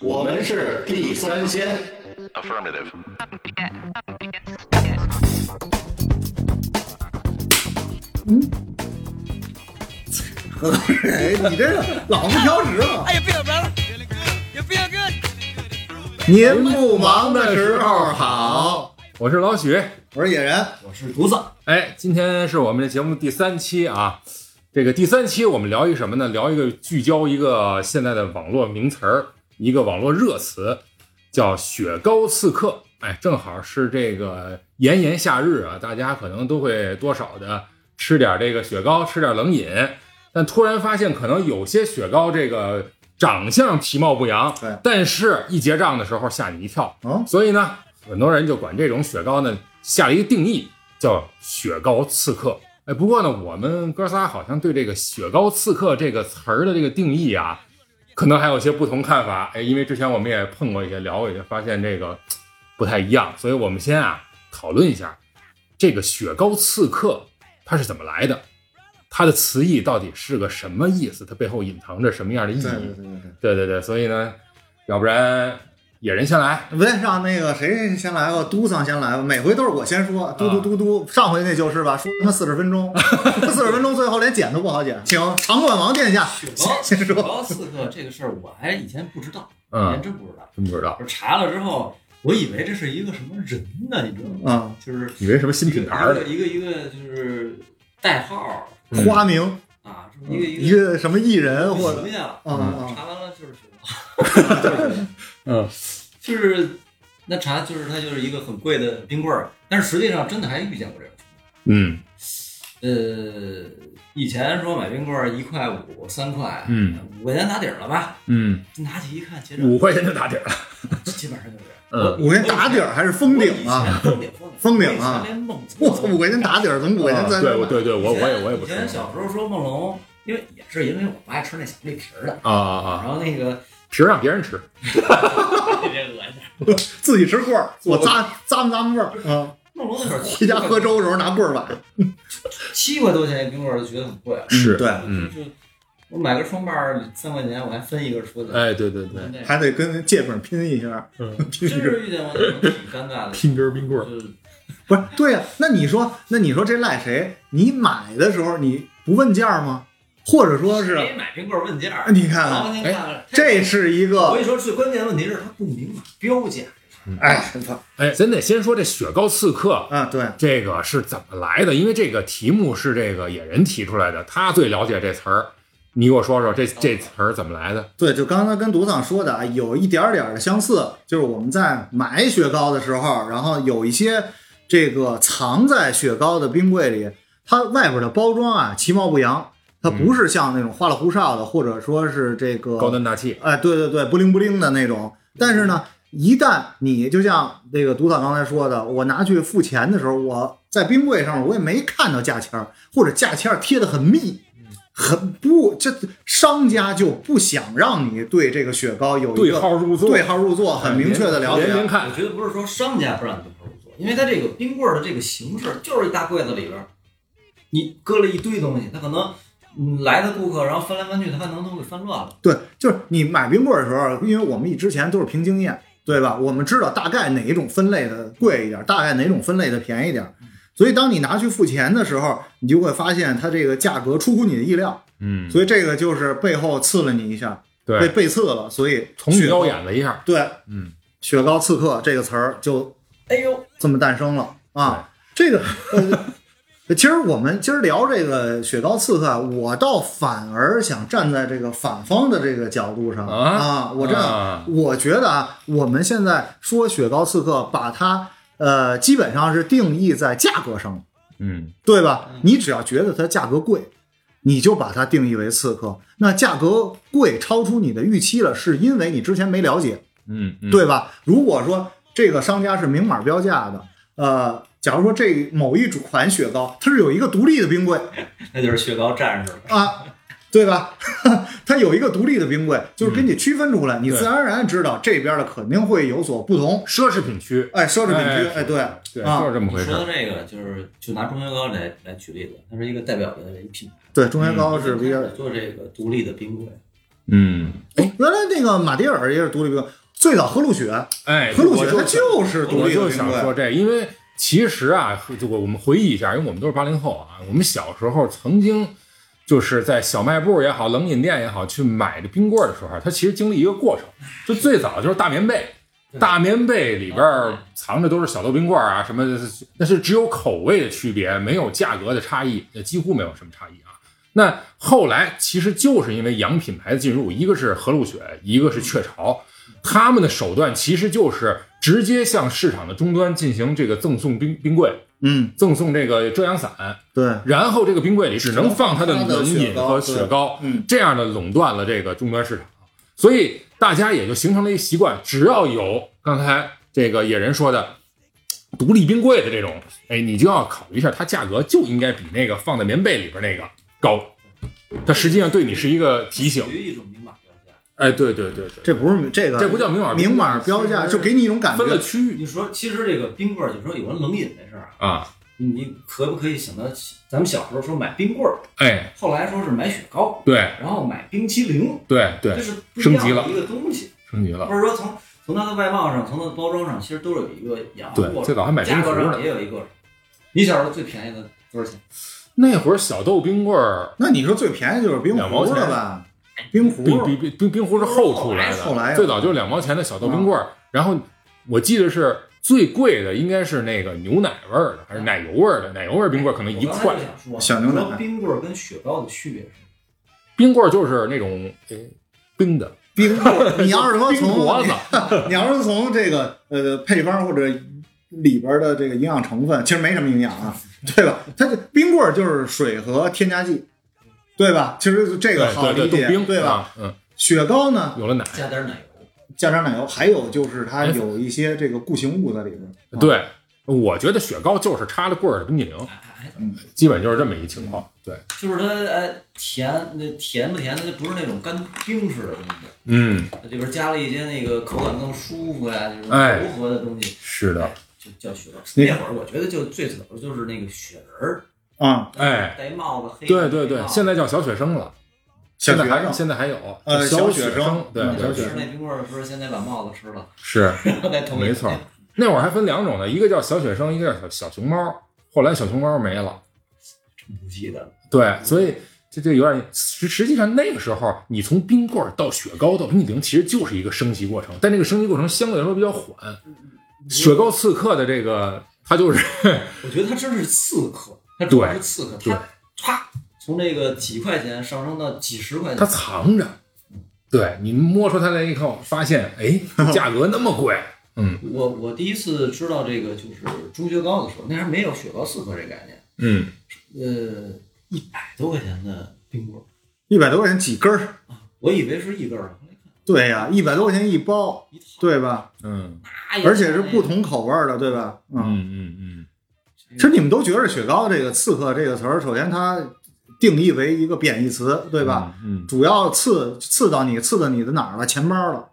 我们是地三鲜。 Affirmative. 河东人，你这个老不挑食了。哎，you feel brother? You feel good? 您不忙的时候好，我是老许。我是野人，我是竹子。哎，今天是我们的节目第三期啊。这个第三期我们聊一什么呢？聊一个聚焦一个现在的网络名词儿，一个网络热词，叫“雪糕刺客”。哎，正好是这个炎炎夏日啊，大家可能都会多少的吃点这个雪糕，吃点冷饮。但突然发现，可能有些雪糕这个长相其貌不扬，对但是一结账的时候吓你一跳。嗯所以呢，很多人就管这种雪糕呢下了一个定义，叫“雪糕刺客”。哎，不过呢，我们哥仨好像对这个“雪糕刺客”这个词儿的这个定义啊，可能还有些不同看法。哎，因为之前我们也碰过一些，聊过一些，发现这个不太一样，所以我们先啊讨论一下这个“雪糕刺客”它是怎么来的，它的词义到底是个什么意思，它背后隐藏着什么样的意义？对对对对对对对，所以呢，要不然野人先来，对，不对，让那个谁先来吧，嘟桑先来吧，每回都是我先说，嘟嘟嘟嘟，上回那就是吧，说他妈四十分钟，四十分钟最后连剪都不好剪，请长管王殿下雪糕，先先雪说，糕刺客这个事儿，我还以前不知道，以前嗯，真不知道。真不知道，我查了之后，我以为这是一个什么人呢，你知道吗？嗯，就是以为什么新品牌儿的，一个一个一个就是代号嗯花名，啊，这么一个嗯一一个个什么艺人或什者么，呀？嗯嗯查完了就是雪糕， 嗯就是那查就是它就是一个很贵的冰棍儿，但是实际上真的还遇见过这种。嗯呃，以前说买冰棍儿一块五、三块，嗯，五块钱打底儿了吧？嗯，拿起一看，结账五块钱就打底儿了，基本上就是。嗯五块钱打底儿还是封顶啊？封顶，封封顶啊我以前连梦我操，五块钱打底儿，怎么五块钱啊在对对对对，我以前我也我也不以吃啊前小时候说梦龙，因为也是因为我不爱吃那巧克力皮儿的，啊啊啊，然后那 个皮儿让别人吃，特别恶心。自己吃棍儿，我咂咂吧咂吧棍儿啊，梦龙那会儿回家喝粥的时候拿棍儿崴，七块多钱一冰棍儿就觉得很贵了，是，对，嗯，就我买个双瓣儿三块钱，我还分一个出去。哎，对对对，那还得跟芥粉拼一下，嗯 拼真一个。是遇见过那种挺尴尬的，拼根冰棍儿，就是不是，对呀、那你说，那你说这赖谁？你买的时候你不问价吗？或者说是，啊谁买冰棍儿问价儿？你看然啊，后您看看这是一哦我跟个，你说，最关键的问题是它不明码标价，哎，真操哎，咱得先说这雪糕刺客。啊，对，这个是怎么来的？因为这个题目是这个野人提出来的，他最了解这词儿。你给我说说这这词儿怎么来的？对，就刚才跟独藏说的啊，有一点儿点儿的相似，就是我们在买雪糕的时候，然后有一些这个藏在雪糕的冰柜里，它外边的包装啊其貌不扬，它不是像那种花里胡哨的，或者说是这个嗯高端大气，哎，对对对，不灵不灵的那种。但是呢，一旦你就像这个独草刚才说的，我拿去付钱的时候，我在冰柜上面我也没看到价签儿，或者价签儿贴的很密，很不，这商家就不想让你对这个雪糕有一对个号入座，哎对号入座很明确的了连连解。看我，觉得不是说商家不让你冰棍儿做，因为它这个冰棍儿的这个形式就是一大柜子里边儿，你搁了一堆东西，它可能嗯来的顾客，然后翻来翻去，它可能都给翻乱了。对，就是你买冰棍儿的时候，因为我们之前都是凭经验，对吧？我们知道大概哪一种分类的贵一点，大概哪种分类的便宜一嗯点。所以当你拿去付钱的时候，你就会发现它这个价格出乎你的意料。嗯，所以这个就是背后刺了你一下，被对，被刺了，所以从雪表糕演了一下，对，嗯，雪糕刺客这个词儿就哎呦，这么诞生了啊。这个呃，其实我们今儿聊这个雪糕刺客啊，我倒反而想站在这个反方的这个角度上啊我这样、啊我觉得啊，我们现在说雪糕刺客，把它呃基本上是定义在价格上了。嗯，对吧？你只要觉得它价格贵，你就把它定义为刺客。那价格贵超出你的预期了，是因为你之前没了解，嗯，嗯，对吧？如果说这个商家是明码标价的，呃，假如说这某一款雪糕它是有一个独立的冰柜那就是雪糕战士了。啊。对吧？ 它有一个独立的冰柜，就是给你区分出来，你嗯对自然而然知道这边的肯定会有所不同。奢侈品区，哎，奢侈品区，哎哎，对，对，啊就是这么你回事说儿。到这个，就是就拿中雪糕来来举例子，它是一个代表的一品牌。对，中原糕是比较做这个独立的冰柜，嗯，原来那个马迭尔也是独立冰，最早和路雪， 哎，和路我雪就它就是独我立的就冰想柜。说这，因为其实啊，就我我们回忆一下，因为我们都是八零后啊，我们小时候曾经就是在小卖部也好、冷饮店也好去买这冰棍儿的时候，啊它其实经历一个过程。就最早就是大棉被，大棉被里边儿藏着都是小豆冰棍儿啊，什么的那是只有口味的区别，没有价格的差异，呃几乎没有什么差异啊。那后来其实就是因为洋品牌的进入，一个是和路雪，一个是雀巢，他们的手段其实就是直接向市场的终端进行这个赠送冰冰柜，嗯，赠送这个遮阳伞，对，然后这个冰柜里只能放它的冷饮和雪雪糕，嗯这样的垄断了这个终端市场，所以大家也就形成了一个习惯，只要有刚才这个野人说的独立冰柜的这种，哎，你就要考虑一下，它价格就应该比那个放在棉被里边那个高，它实际上对你是一个提醒属，于一种明码标价。哎，对对对对，这不是这个，这不叫明码明码标价，就给你一种感分了觉。区域你说，其实这个冰棍儿，你说有人冷饮这事儿啊，啊，你可不可以想到起，咱们小时候说买冰棍儿，哎，后来说是买雪糕，对然后买冰淇淋，对对这，是不一升级样了啊的一个东西，升级了，或者说从从它的外貌上，从它的包装上，其实都是有一个演化对，过最程，早还买冰价壶格呢上，也有一个。你小时候最便宜的多少钱？那会儿小豆冰棍儿。那你说最便宜就是冰两毛壶钱了吧？冰壶冰冰冰冰冰壶是后出来的，后来呀最早就是两毛钱的小豆冰棍儿，然后我记得是最贵的应该是那个牛奶味儿的还是奶油味儿的，奶油味儿冰棍儿可能一我刚块才就，想说，小牛奶你说冰棍儿跟雪糕的区别是什么？冰棍儿就是那种呃冰的冰 壶，你要是说冰脖从子， 你要是从这个呃配方或者里边的这个营养成分，其实没什么营养啊，对吧？它这冰棍儿就是水和添加剂，对吧？其实这个好对对理对，冻解，冰对吧？？啊嗯，雪糕呢，有了奶，加点奶油，加点奶油，还有就是它哎有一些这个固形物在里边。啊，对。我觉得雪糕就是插了棍儿的冰激凌，哎哎哎基本就是这么一情况。对，就是它哎甜，那甜不甜？它就不是那种干冰似的东西，嗯，它里边加了一些那个口感更舒服呀，就是哎柔和的东西，是的，就叫雪糕。那那会儿我觉得就最早就是那个雪人儿，啊，哎，戴帽子黑的对对对，现在叫小雪生了，小现在学还生，现在还有呃小小雪生生，对嗯对小对雪吃那冰棍儿的时候，现在把帽子吃了， 是，然后再捅一没口错，那会儿还分两种呢，一个叫小雪生，一个叫小小熊猫。后来小熊猫没了，不记得了。对，嗯所以这这有点实实际上那个时候，你从冰棍儿到雪糕到冰激凌，其实就是一个升级过程，但这个升级过程相对来说比较缓。雪糕刺客的这个，它就是我觉得它真是刺客，它主要对是刺客，对它歘从这个几块钱上升到几十块它钱，藏着，对你摸出它来以后，发现哎，价格那么贵，我我第一次知道这个就是中学高的时候，那时候没有雪糕四颗这概念，嗯，呃，一百多块钱的冰棍儿，一百多块钱几根儿，我以为是一根儿，后来看对呀、一百多块钱一包，一套，对吧？嗯啊而且是不，同口味儿的，对吧？嗯嗯嗯，其实你们都觉得“雪糕”这个“刺客”这个词儿，首先它定义为一个贬义词，对吧？？嗯，主要刺刺到你，刺到你的哪儿了？钱包了，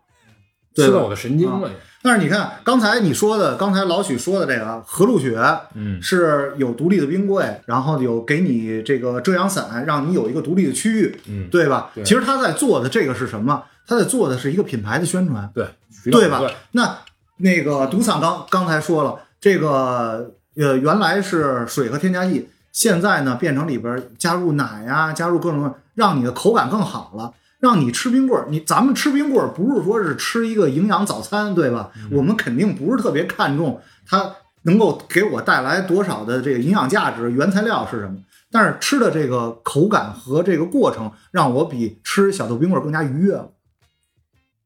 对刺到吧？啊我的神经了也，但是你看刚才你说的，刚才老许说的这个和路雪嗯是有独立的冰柜，然后有给你这个遮阳伞，让你有一个独立的区域，嗯，对吧？对其实他在做的这个是什么？他在做的是一个品牌的宣传。对对吧？那那个独嗓刚刚才说了，这个呃原来是水和添加剂，现在呢变成里边加入奶呀、加入各种，让你的口感更好了。让你吃冰棍儿，你咱们吃冰棍儿不是说是吃一个营养早餐，对吧？我们肯定不是特别看重它能够给我带来多少的这个营养价值，原材料是什么。但是吃的这个口感和这个过程，让我比吃小豆冰棍儿更加愉悦了，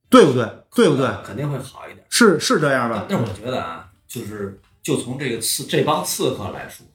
对不对？对不对？肯定会好一点。是是这样但吧？但我觉得啊，就是就从这个刺这帮刺客来说，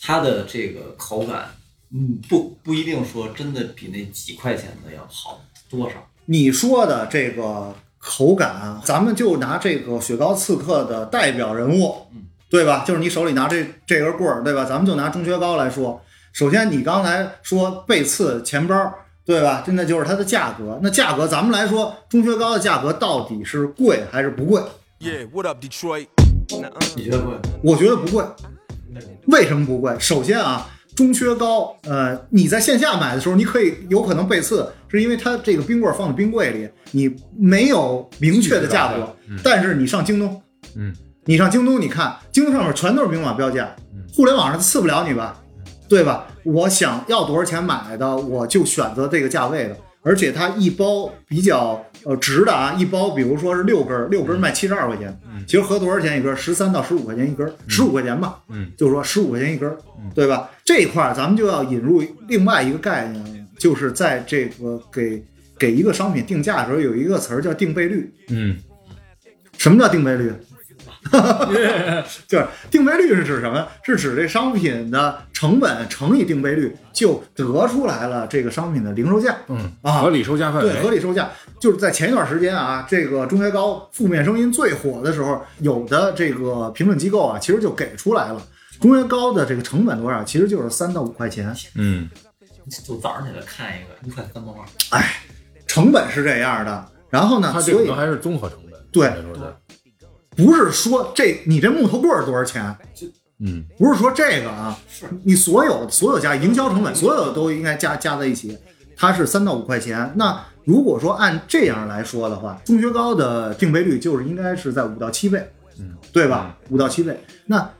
它的这个口感，嗯，不不一定说真的比那几块钱的要好多少。你说的这个口感啊，咱们就拿这个雪糕刺客的代表人物嗯，对吧？就是你手里拿这这根棍儿，对吧？咱们就拿中学高来说，首先你刚才说背刺钱包。对吧？真的就是它的价格。那价格，咱们来说，中学高的价格到底是贵还是不贵？ Yeah, what up, Detroit? 你觉得会？我觉得不贵。为什么不贵？首先啊，中缺高，呃，你在线下买的时候，你可以有可能被刺，是因为它这个冰棍儿放在冰柜里，你没有明确的价格，嗯但是你上京东，嗯，你上京东，你看京东上面全都是明码标价嗯，互联网上它刺不了你吧，嗯对吧？我想要多少钱买的，我就选择这个价位的，而且它一包比较呃值的啊，一包比如说是六根儿，六根儿卖七十二块钱，嗯其实合多少钱一根儿？十三到十五块钱一根儿，十五块钱吧，嗯，就说十五块钱一根儿嗯，对吧？这一块儿咱们就要引入另外一个概念了，就是在这个给给一个商品定价的时候，有一个词儿叫定倍率。嗯，什么叫定倍率？ 就是定倍率是指什么？是指这商品的成本乘以定倍率，就得出来了这个商品的零售价。嗯，啊合理售价范对，合围，理售价就是在前一段时间啊，这个中学高负面声音最火的时候，有的这个评论机构啊，其实就给出来了。中学高的这个成本多少？其实就是三到五块钱，嗯就早上起来看一个一块三毛二，成本是这样的。然后呢，它这啊所个可以能还是综合成本，对应该说是，不是说这你这木头棍儿多少钱，嗯不是说这个啊，是你所有所有加营销成本，所有都应该加加在一起，它是三到五块钱。那如果说按这样来说的话，中学高的定倍率就是应该是在五到七倍，嗯，对吧？五到七倍。那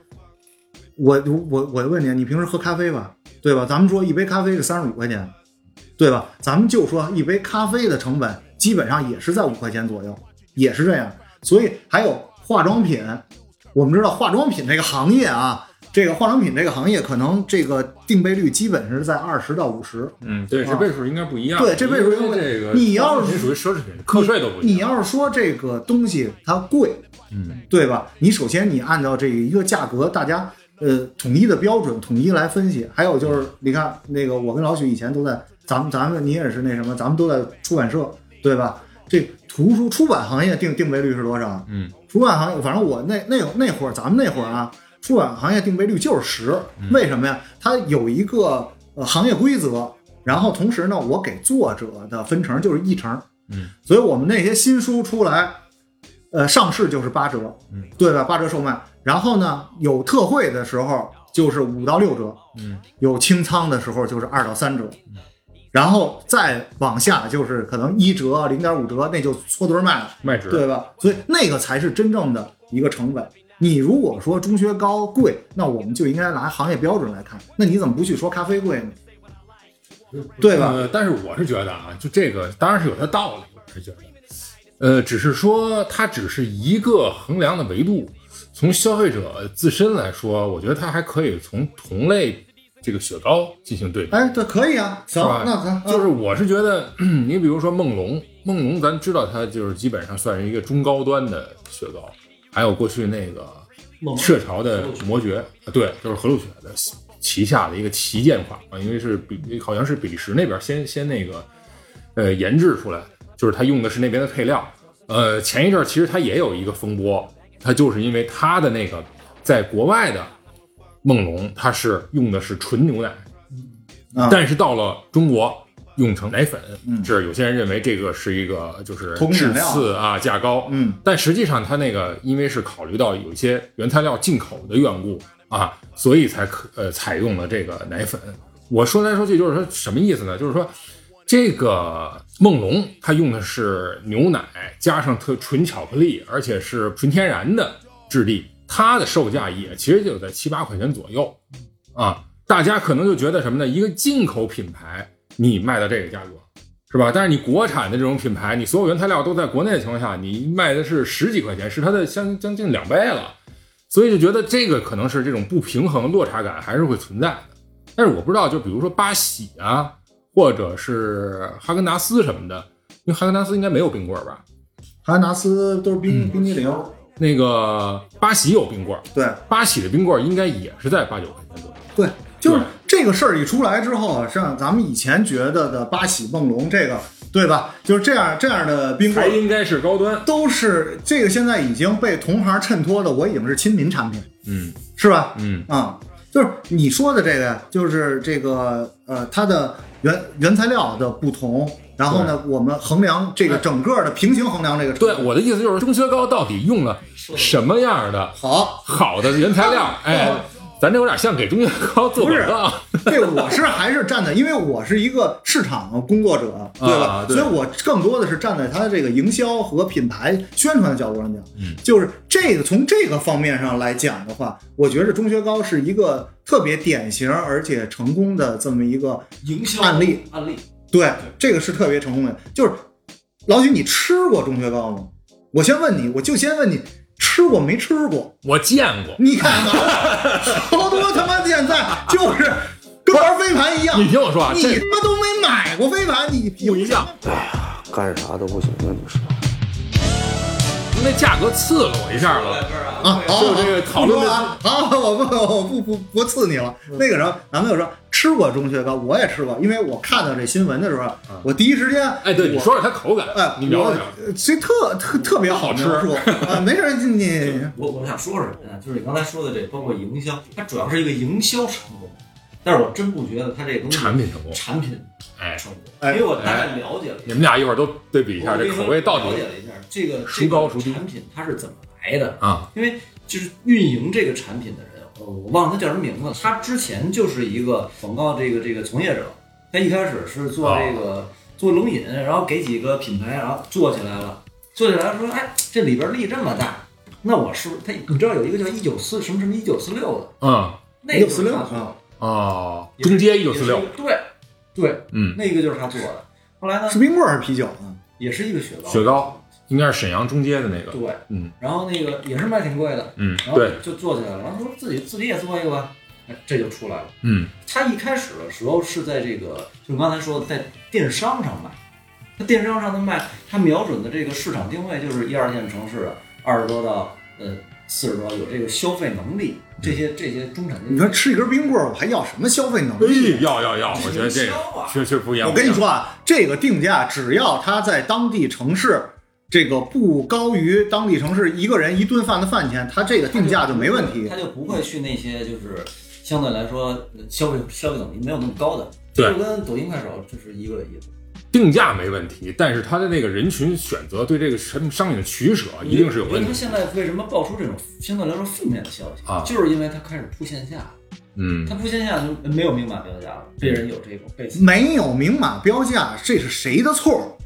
我我我问你，你平时喝咖啡吧，对吧？咱们说一杯咖啡是三十五块钱，对吧？咱们就说一杯咖啡的成本基本上也是在五块钱左右，也是这样。所以还有化妆品，我们知道化妆品这个行业啊，这个化妆品这个行业可能这个定倍率基本是在二十到五十。嗯，对，啊这倍数应该不一样，对这倍数应该因不为这个你要是这属于奢侈品，课税都不一你样，要是说这个东西它贵，嗯对吧？你首先你按照这一个价格，大家呃统一的标准统一来分析。还有嗯就是，你看那个我跟老许以前都在，咱们咱们你也是那什么，咱们都在出版社，对吧？这图书出版行业定定倍率是多少？嗯，出版行业，反正我那那那会儿，咱们那会儿啊，出版行业定倍率就是十，嗯为什么呀？它有一个呃行业规则，然后同时呢，我给作者的分成就是一成，嗯，所以我们那些新书出来，呃，上市就是八折，嗯，对吧？八折售卖，然后呢，有特惠的时候就是五到六折，嗯，有清仓的时候就是二到三折，然后再往下就是可能一折、零点五折，那就搓堆儿卖了。卖值，对吧？所以那个才是真正的一个成本。你如果说中学高贵，那我们就应该拿行业标准来看。那你怎么不去说咖啡贵呢？对吧？呃，但是我是觉得啊，就这个当然是有它道理，我是觉得，呃，只是说它只是一个衡量的维度。从消费者自身来说，我觉得它还可以从同类这个雪糕进行对比。哎，对，可以啊，行是吧，那咱就是啊我是觉得，嗯你比如说梦龙，梦龙咱知道它就是基本上算是一个中高端的雪糕，还有过去那个梦雀巢的魔爵，啊对，就是和路雪的旗下的一个旗舰款啊，因为是比好像是比利时那边先先那个呃研制出来，就是它用的是那边的配料。呃，前一阵儿其实它也有一个风波，它就是因为它的那个在国外的梦龙，它是用的是纯牛奶，啊但是到了中国。用成奶粉，嗯这有些人认为这个是一个就是偷工减质料次啊价高，嗯，但实际上它那个因为是考虑到有一些原材料进口的缘故啊，所以才可呃采用了这个奶粉。我说来说去就是说什么意思呢？就是说这个梦龙它用的是牛奶加上特纯巧克力，而且是纯天然的质地，它的售价也其实就在七八块钱左右啊。大家可能就觉得什么呢？一个进口品牌你卖到这个价格，是吧？但是你国产的这种品牌，你所有原材料都在国内的情况下，你卖的是十几块钱，是它的相将近两倍了，所以就觉得这个可能是这种不平衡落差感还是会存在的。但是我不知道，就比如说八喜啊，或者是哈根达斯什么的，因为哈根达斯应该没有冰棍儿吧？哈根达斯都是嗯冰冰激凌，那个八喜有冰棍儿，对八喜的冰棍儿应该也是在八九块钱左右。对，就是对这个事儿一出来之后，啊像咱们以前觉得的八喜梦龙这个，对吧？就是这样这样的冰棍还儿应该是高端，都是这个现在已经被同行衬托的，我已经是亲民产品，嗯是吧？嗯啊、就是你说的这个，就是这个呃，它的原原材料的不同，然后呢，我们衡量这个整个的平行衡量这个成对本。，我的意思就是中学高到底用了什么样的好， 好的原材料，哎，咱这有点像给中药膏做广告， 对，我哦是还是站在，因为我是一个市场的工作者，对吧？啊对所以我更多的是站在它的这个营销和品牌宣传的角度上讲，嗯就是这个从这个方面上来讲的话，我觉得钟薛高是一个特别典型而且成功的这么一个营销案例案例，对，这个是特别成功的。就是老许，你吃过钟薛高吗？我先问你，我就先问你，吃过没吃过？我见过。你看看，好多他妈现在就是跟玩飞盘一样。你听我说啊，你这他妈都没买过飞盘，你不一样，哎干啥都不行，跟你说。那价格刺了我一下来了。这儿啊，啊！好，就这个讨论的嗯啊，好，我不，我不不不刺你了。那个什么，男朋友说吃过钟薛高，我也吃过，因为我看到这新闻的时候，我第一时间，哎，对，你我，说说它口感，哎，你聊我聊。呃其实特特特别好吃描 述啊，没事儿，你你我我想说什么呢？就是你刚才说的这，包括营销，它主要是一个营销成功，但是我真不觉得它这个东西产品成功产品哎，成功，哎因为我大概了解了一你下，们俩一会儿都对比一我下跟这你说口味到底了解了一下这个孰高孰这低个产品它是怎么来的，啊，因为就是运营这个产品的人，呃我忘了他叫什么名字嗯了。他之前就是一个广告这个这个从业者，他一开始是哦做这个、做冷饮，然后给几个品牌，然后做起来了，做起来说，哎，这里边力这么大，那我是不是他？你知道有一个叫一九四什么什么一九四六的，嗯那个1946啊，哦，中街一九四也六是，一个对对，嗯，那个就是他做的。后来呢，是冰棍儿还是啤酒啊？也是一个雪糕，雪糕应该是沈阳中街的那个，对，嗯然后那个也是卖挺贵的，嗯，哦然后对，就做起来了，然后说自己自己也做一个吧，哎，这就出来了。嗯他一开始的时候是在这个，就刚才说的，在电商上卖。他电商上的卖，他瞄准的这个市场定位就是一二线城市，二十多到呃四十多有这个消费能力，这些这些中产阶级。嗯你说吃一根冰棍儿，我还要什么消费能哎力？，要要要，我觉得这营个销啊确确不一样。我跟你说啊，这个定价只要它在当地城市。这个不高于当地城市一个人一顿饭的饭钱，它这个定价就没问题他。就不会去那些就是相对来说呃消费消费能力没有那么高的，对就跟抖音、快手这是一个意思。定价没问题，但是它的那个人群选择对这个商商品的取舍一定是有问你题。说现在为什么爆出这种相对来说负面的消息啊就是因为他开始铺线下，嗯他铺线下就没有明码标价了，被人有这种被没有明码标价，这是谁的错？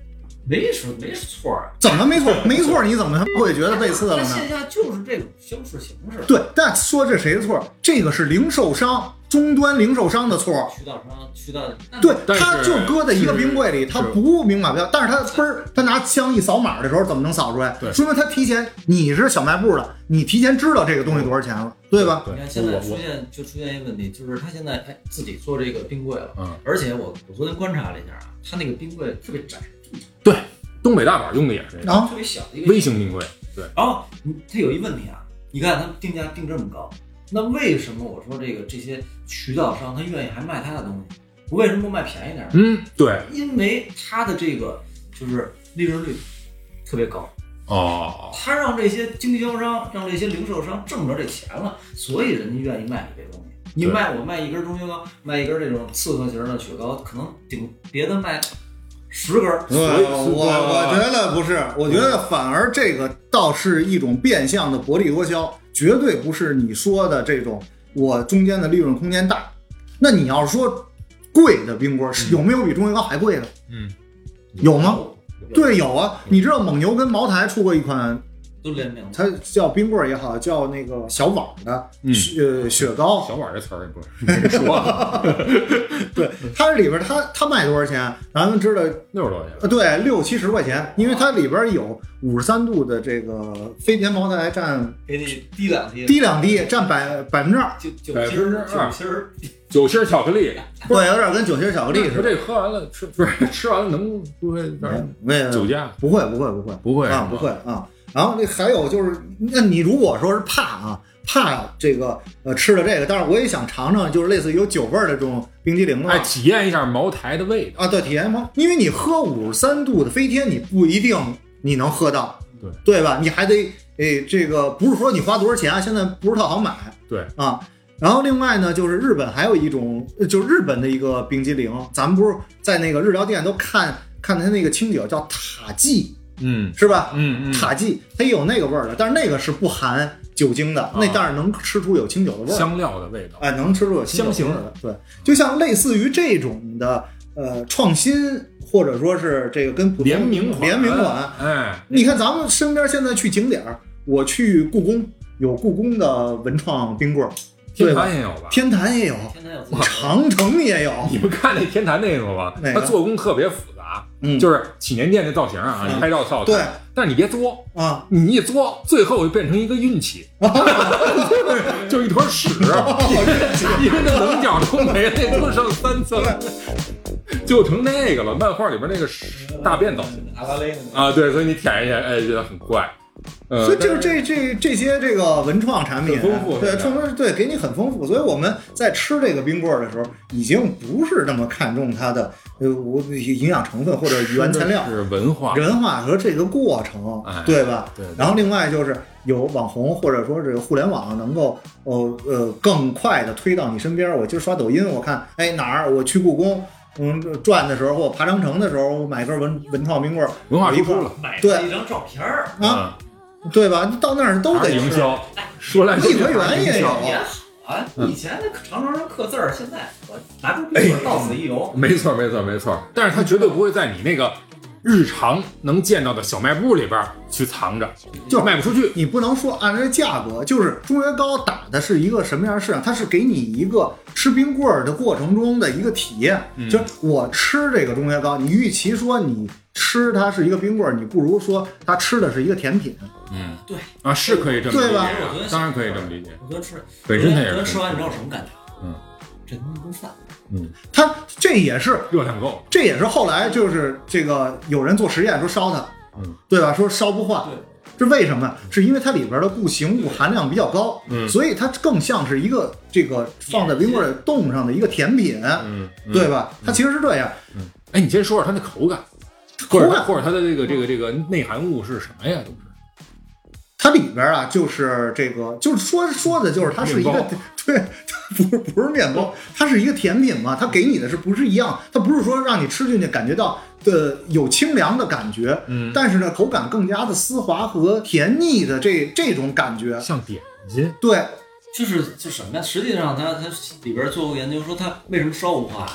没什么没错儿啊。怎么 没错？没错，你怎么会觉得被刺了它呢？线下就是这种销售形式，对，但说这谁的错？这个是零售商终端零售商的错。渠道商、渠道那对，但是他就搁在一个冰柜里，是他不明码标，但是他嘣儿，他拿枪一扫码的时候，怎么能扫出来？对说明他提前，你是小卖部的，你提前知道这个东西多少钱了，对吧？对你看现在我出现就出现一个问题，就是他现在哎自己做这个冰柜了，嗯，而且我我昨天观察了一下啊，他那个冰柜特别窄，对，东北大板用的也是这个啊，特别小的一个微型冰柜，对，然后你它有一问题啊，你看它定价定这么高，那为什么我说这个这些渠道商他愿意还卖他的东西？我为什么不卖便宜点儿？嗯，对，因为他的这个就是利润率特别高，哦，他让这些经销商、让这些零售商挣着这钱了，所以人家愿意卖你这东西。你对卖我卖一根中雪糕，卖一根这种刺客型的雪糕，可能顶别的卖十根儿。对，所以我所以我觉得不是，我觉得反而这个倒是一种变相的薄利多销，绝对不是你说的这种我中间的利润空间大。那你要说贵的冰棍儿是有没有比中雪糕还贵的？嗯，有吗？有对，有啊。你知道蒙牛跟茅台出过一款，都联名了。它叫冰棍儿也好，叫那个小碗儿的嗯雪、呃雪糕，小碗这词儿也不是说， 对，它里边儿它它卖多少钱？咱们知道六十多块钱吧，呃，对，六七十块钱，因为它里边有五十三度的这个飞天茅台占给你滴两滴，低两滴，占百百分之二，就就百分之二酒心儿酒心儿巧克力，对，有点跟酒心巧克力似的。说嗯这喝完了吃不是吃完了能不会让人没有酒驾？不会，不会，不会，不会啊，不是吧会啊。然后那还有就是，那你如果说是怕啊，怕这个呃吃了这个，但是我也想尝尝，就是类似于有酒味儿的这种冰激凌啊哎，体验一下茅台的味道。啊，对，体验吗？因为你喝五十三度的飞天，你不一定你能喝到，对对吧？你还得诶，这个不是说你花多少钱啊，现在不是特好买，对啊。然后另外呢，就是日本还有一种，呃就是日本的一个冰激凌，咱们不是在那个日料店都看看它那个清酒叫塔记，嗯是吧？嗯嗯，塔记它也有那个味儿的，但是那个是不含酒精啊的，那但是能吃出有清酒的味儿，香料的味道。哎，能吃出有清酒香型味儿的。对，就像类似于这种的呃创新，或者说是这个跟普通联名款，联名款，，哎，你看咱们身边现在去景点儿，我去故宫有故宫的文创冰棍儿，天对吧坛也有吧？天坛也有，天坛有自己的长城也有，你们看那天坛那个吗？哪它个做工特别复杂，嗯就是祈年殿那造型啊，嗯你拍照照对但是你别作，啊，你一作，最后就变成一个 运气，就一坨屎，哦因为那棱角都没了，那就剩三层，就成那个了。漫画里边那个屎大便造型阿拉蕾那个啊，对，所以你舔一下，哎，觉得很怪。呃，所以就是这这这些这个文创产品，啊很丰富对，是吧创作对给你很丰富。所以我们在吃这个冰棍儿的时候，已经不是那么看重它的呃我营养成分或者原材料真、的是文化，人化和这个过程哎，对吧？对对然后另外就是有网红或者说这个互联网能够呃呃更快的推到你身边儿。我今儿刷抖音，我看哎哪儿我去故宫。嗯，转的时候或爬长城的时候，我买根文文创冰棍儿，文化我一输出块儿了买对了一张照片儿，啊，啊，对吧？你到那儿都还得是营吃销，说来说去颐和园也哦有也好啊。嗯以前那长城上刻字儿，现在我拿出哎笔到此一游，没错，没错，没错。但是它绝对不会在你那个日常能见到的小卖部里边儿去藏着，就是卖不出去。你不能说按这价格，就是中学高打的是一个什么样的市场？它是给你一个吃冰棍儿的过程中的一个体验，嗯就是我吃这个中学高，你与其说你吃它是一个冰棍儿，你不如说它吃的是一个甜品。嗯，对啊，是可以这么理对解吧啊，当然可以这么理解。我昨天吃，本身它也我是昨天吃完，你知道我什么感觉？嗯，这他妈一顿饭，它这也是热量够了。这也是后来就是这个有人做实验说烧它，嗯，对吧？说烧不化，对，这为什么？是因为它里边的固形物含量比较高，嗯所以它更像是一个这个放在冰棍儿冻上的一个甜品，嗯，嗯对。吧？它其实是这样，哎，你先说说它的口感，口或者感或者它的这个这个这个内含物是什么呀？都是它里边啊就是这个，就是说说的就是它是一面个包 对，它不是不是面包，它是一个甜品嘛，它给你的是不是一样？它不是说让你吃进去感觉到的有清凉的感觉，嗯但是呢口感更加的丝滑和甜腻的这这种感觉，像点心，对，就是就什么呀？实际上它它里边做过研究，说它为什么烧不化，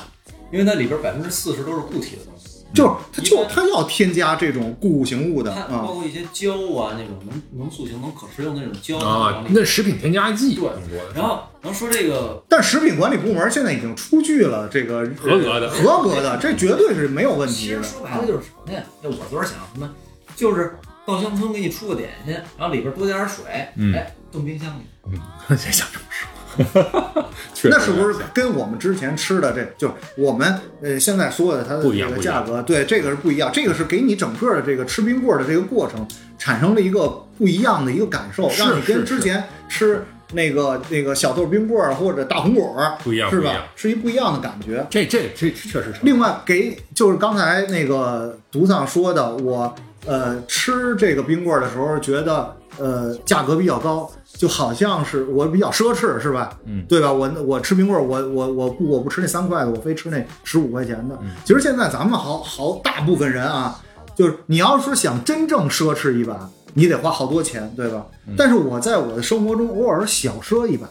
因为它里边百分之四十都是固体的东西，就是它就一般它要添加这种固形物的嗯它哦啊包。括一些胶啊那种能能塑形、能可食用的那种胶啊往，里那食品添加剂挺多的， 然后然后说这个但食品管理部门现在已经出具了这个呃合格的合格的，这绝对是没有问其题的啊实。说白了就是什么呀？那我昨儿想什么，就是稻香村给你出个点心，然后里边多加点水，嗯哎，冻冰箱里。谁想这么说？ 那是不是跟我们之前吃的这就是我们呃现在说的它的不一这样个不一价样格？对，这个是不一样，这个是给你整个的这个吃冰棍儿的这个过程产生了一个不一样的一个感受，是让你是跟之前吃那个那个小豆冰棍儿或者大红果儿不一样是不一样吧？是一不一样的感觉。这这这确实是另外给就是刚才那个独藏说的，我呃吃这个冰棍儿的时候觉得呃价格比较高，就好像是我比较奢侈是吧？嗯对吧？我我吃冰棍儿，我我我不我不吃那三块的，我非吃那十五块钱的。嗯其实现在咱们好好大部分人啊，就是你要是想真正奢侈一把，你得花好多钱，对吧？嗯但是我在我的生活中偶尔小奢一把，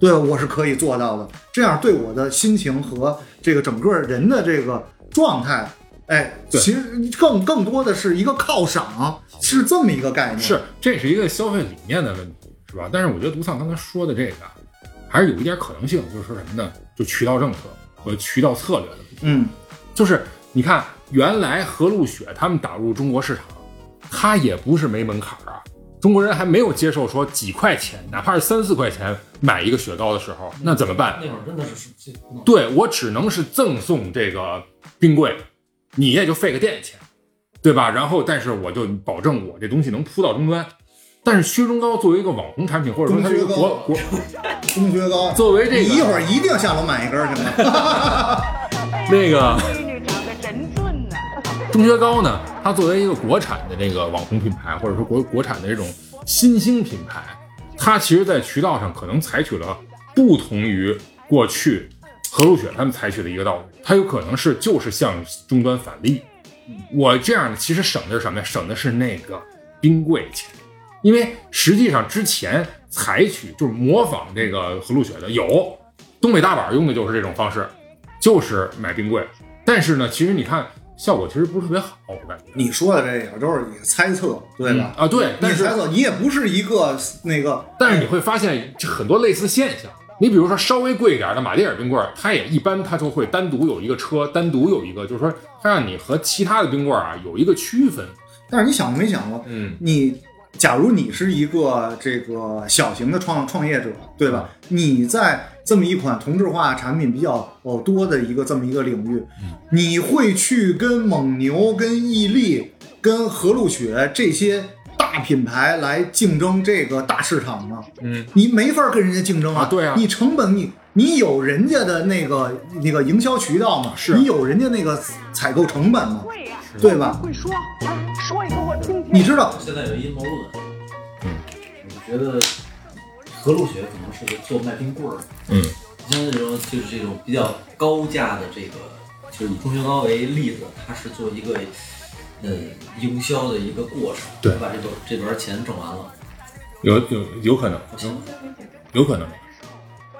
对，啊我是可以做到的。这样对我的心情和这个整个人的这个状态，哎，对其实更更多的是一个犒赏，是这么一个概念。是，这是一个消费理念的问题，是吧？但是我觉得独丧刚才说的这个啊，还是有一点可能性，就是说什么呢？就渠道政策和渠道策略的问题。嗯，就是你看，原来和路雪他们打入中国市场，它也不是没门槛儿啊。中国人还没有接受说几块钱，哪怕是三四块钱买一个雪糕的时候，那怎么办？那会儿真的是是这不能对我只能是赠送这个冰柜，你也就费个店钱，对吧？然后，但是我就保证我这东西能铺到终端。但是薛中高作为一个网红产品，或者说它是一个中国国，中学高，啊作为这你个一会儿一定下楼买一根儿去吗？那个闺女长得真俊呐、中薛高呢，它作为一个国产的这个网红品牌，或者说国国产的这种新兴品牌，它其实在渠道上可能采取了不同于过去何路雪他们采取的一个道路，它有可能是就是向终端返利。我这样其实省的是什么呀？省的是那个冰柜钱，因为实际上之前采取就是模仿这个和路雪的有，东北大板用的就是这种方式，就是买冰柜。但是呢，其实你看效果其实不是特别好，我感觉。 你说的这个都是你的猜测，对吧？嗯啊，对，嗯你但的是猜测，你也不是一个那个但是你会发现这很多类似现象。你比如说稍微贵一点的马迭尔冰棍儿，它也一般它就会单独有一个车，单独有一个，就是说它让你和其他的冰棍儿啊有一个区分。但是你想过没想过，嗯，你假如你是一个这个小型的创创业者，对吧？嗯你在这么一款同质化产品比较哦多的一个这么一个领域，嗯你会去跟蒙牛、跟伊利、跟和路雪这些大品牌来竞争这个大市场吗？嗯，你没法跟人家竞争啊对啊你成本你。你有人家的那个那个营销渠道吗？是你有人家那个采购成本吗？会呀、啊对吧？会说，哎，说一个我听听。你知道现在有阴谋论，嗯我觉得和路雪可能是个做卖冰棍儿的，嗯，像那种就是这种比较高价的这个，就是以中雪糕为例子，它是做一个呃营销的一个过程，对把这段这段钱挣完了，有有有可能，不行，有可能，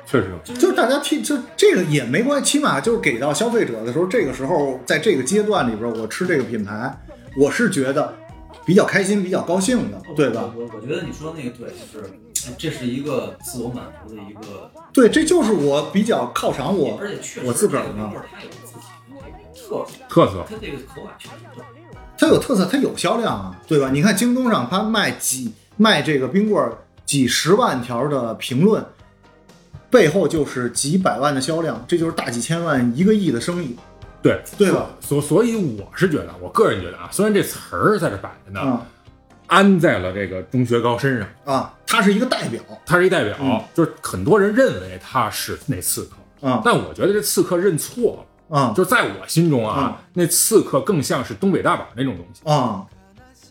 确实有。就是大家听，就这个也没关系，起码就是给到消费者的时候，这个时候在这个阶段里边，我吃这个品牌，我是觉得比较开心、比较高兴哦的，对吧？我我觉得你说的那个对，就是哎这是一个自我满足的一个，对，这就是我比较犒赏我而且确实我自个儿这冰呢棍，儿它有自己的这个特色，特色它这个口感确实正。它有特色，它有销量啊，对吧？你看京东上它卖几卖这个冰棍儿几十万条的评论，背后就是几百万的销量，这就是大几千万、一个亿的生意，对，对吧？所所以我是觉得，我个人觉得啊，虽然这词儿在这摆着呢，啊、安在了这个中学高身上，啊，它是一个代表他是一代表，嗯就是很多人认为他是那刺客，啊但我觉得这刺客认错了。啊就在我心中啊，那刺客更像是东北大板那种东西，啊，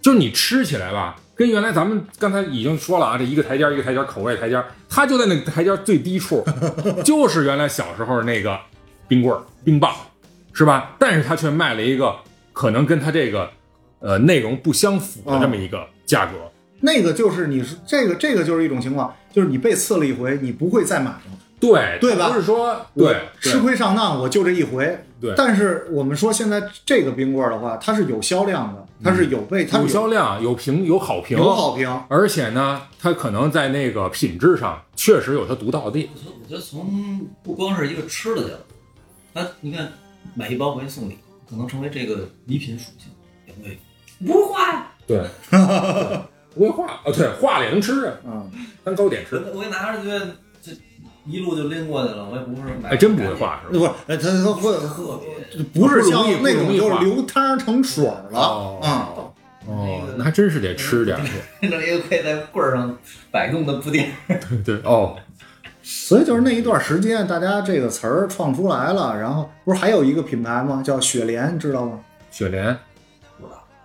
就是你吃起来吧，跟原来咱们刚才已经说了啊，这一个台阶儿一个台阶儿，口味台阶儿，它就在那个台阶儿最 低处，就是原来小时候那个冰棍儿、冰棒，是吧？但是它却卖了一个可能跟它这个呃内容不相符的这嗯么一个价格，那个就是你是这个这个就是一种情况，就是你被刺了一回，你不会再买了。对对吧不是说我对吃对亏上当，我就这一回。对但是我们说现在这个冰棍儿的话，它是有销量的，它是有被它是嗯有销量、有评、有好评，有好评。呃而且呢，它可能在那个品质上确实有它独到的地方。我觉得我觉得从不光是一个吃的角度，那你看买一包回去送礼，可能成为这个礼品属性，也会不会化呀？ 对，不会化哦，对，化了也能吃啊，嗯，当糕点吃。我我给拿着去，这一路就拎过去了，我也不是买，哎，真不会，化是不吧？是，呃它它会特别 不是不像容易那不种容易就是化流汤成水儿了。嗯，哦哦，那还真是得吃点儿。弄一个可以在棍儿上摆动的布丁，对对哦，所以就是那一段时间，大家这个词儿创出来了。然后不是还有一个品牌吗？叫雪莲，知道吗？雪莲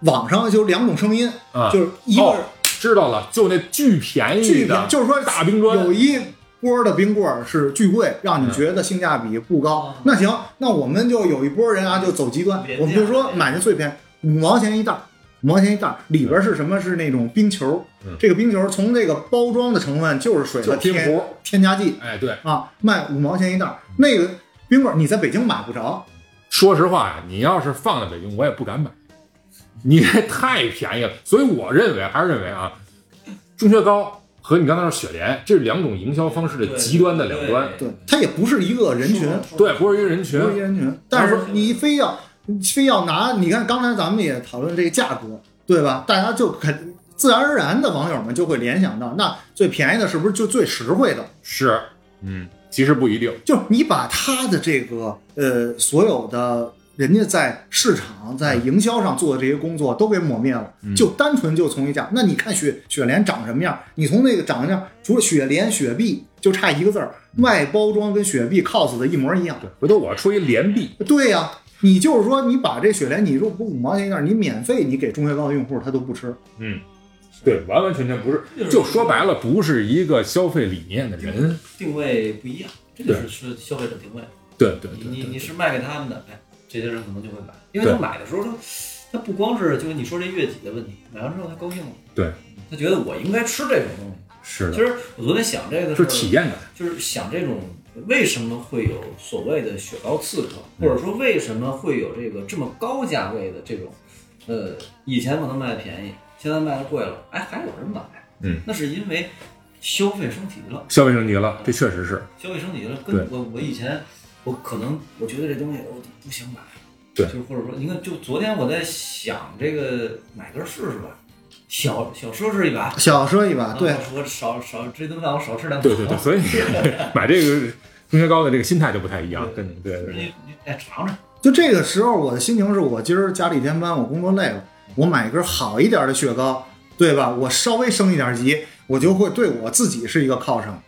网上就两种声音，啊，就是一个哦知道了，就那巨便巨宜便的，宜，就是说大冰砖有一波的冰棍儿是巨贵，让你觉得性价比不高。嗯那行，那我们就有一波人啊，就走极端廉，价我们就说买的最便宜，五毛钱一袋儿，五毛钱一袋儿，里边是什么？是那种冰球嗯。这个冰球从这个包装的成分就是水就的是拼添壶。添加剂哎，对，啊，卖五毛钱一袋儿。那个冰棍儿你在北京买不着，说实话呀，你要是放在北京，我也不敢买，你这太便宜了。所以我认为，还是认为啊，中雪糕和你刚才说雪莲，这是两种营销方式的极端的两端。对，它也不是一个人群。对，不是一个人不是一群，人群，但是你非要非要拿，你看刚才咱们也讨论这个价格，对吧？大家就肯自然而然的网友们就会联想到，那最便宜的是不是就最实惠的？是，嗯，其实不一定。就是你把它的这个呃所有的人家在市场在营销上做的这些工作都给抹灭了，就单纯就从一价。那你看雪雪莲长什么样？你从那个长相，除了雪莲雪碧就差一个字儿，外包装跟雪碧 cos 的一模一样。对，回头我出一联币，对呀、你就是说你把这雪莲，你如果不五毛钱一袋儿，你免费你给中学高的用户他都不吃。嗯，对，完完全全不是，就说白了，不是一个消费理念的人。定位不一样，这就是是消费者定位。对对你哎对你对你是卖给他们的，哎，这些人可能就会买，因为他对买的时候他他不光是就是你说这月己的问题，买完之后他高兴了，对，他他觉得我应该吃这种东西。是其的，实我昨天想这个事就是儿，体验感。就是想这种为什么会有所谓的雪糕刺客，或嗯者说为什么会有这个这么高价位的这种，呃，以前可能卖的便宜，现在卖的贵了，哎，还有人买，嗯，那是因为消费升级了，消费升级了，这确实是，消费升级了，对跟我我以前我可能我觉得这东西我不想买，对就是或者说你看，就昨天我在想这个买根试试吧，小小奢侈一把，小奢一把，对啊，我少少这顿饭我少吃两口，对对 对，所以买这个中学高的这个心态就不太一样，跟对对对你你哎尝尝，就这个时候我的心情是我今儿家里天班，我工作累了，我买一根好一点的雪糕，对吧？我稍微升一点级，我就会对我自己是一个犒赏。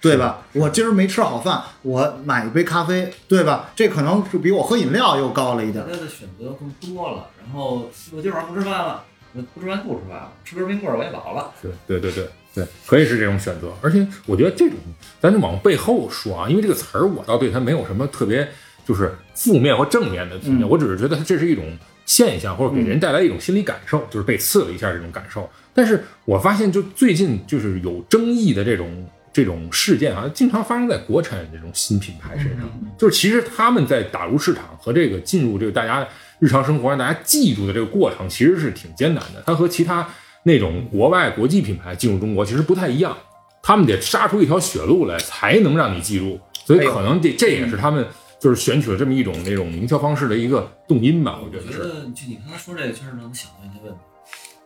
对吧？我今儿没吃好饭，我买一杯咖啡，对吧？这可能是比我喝饮料又高了一点大。家的选择更多了，然后我今晚上不吃饭了，我不吃饭不吃饭了，吃根冰棍儿我也饱了。是对对对对，可以是这种选择。而且我觉得这种，咱就往背后说啊，因为这个词儿我倒对它没有什么特别就是负面或正面的评价，我只是觉得它这是一种现象，或者给人带来一种心理感受，就是被刺了一下这种感受。但是我发现，就最近就是有争议的这种这种事件，好像经常发生在国产这种新品牌身上。就是其实他们在打入市场和这个进入这个大家日常生活啊让大家记住的这个过程，其实是挺艰难的。它和其他那种国外国际品牌进入中国其实不太一样，他们得杀出一条血路来才能让你记住。所以可能这这也是他们就是选取了这么一种那种营销方式的一个动因吧，我我觉得觉是。得就你刚才说这个，确实能想到一些问题，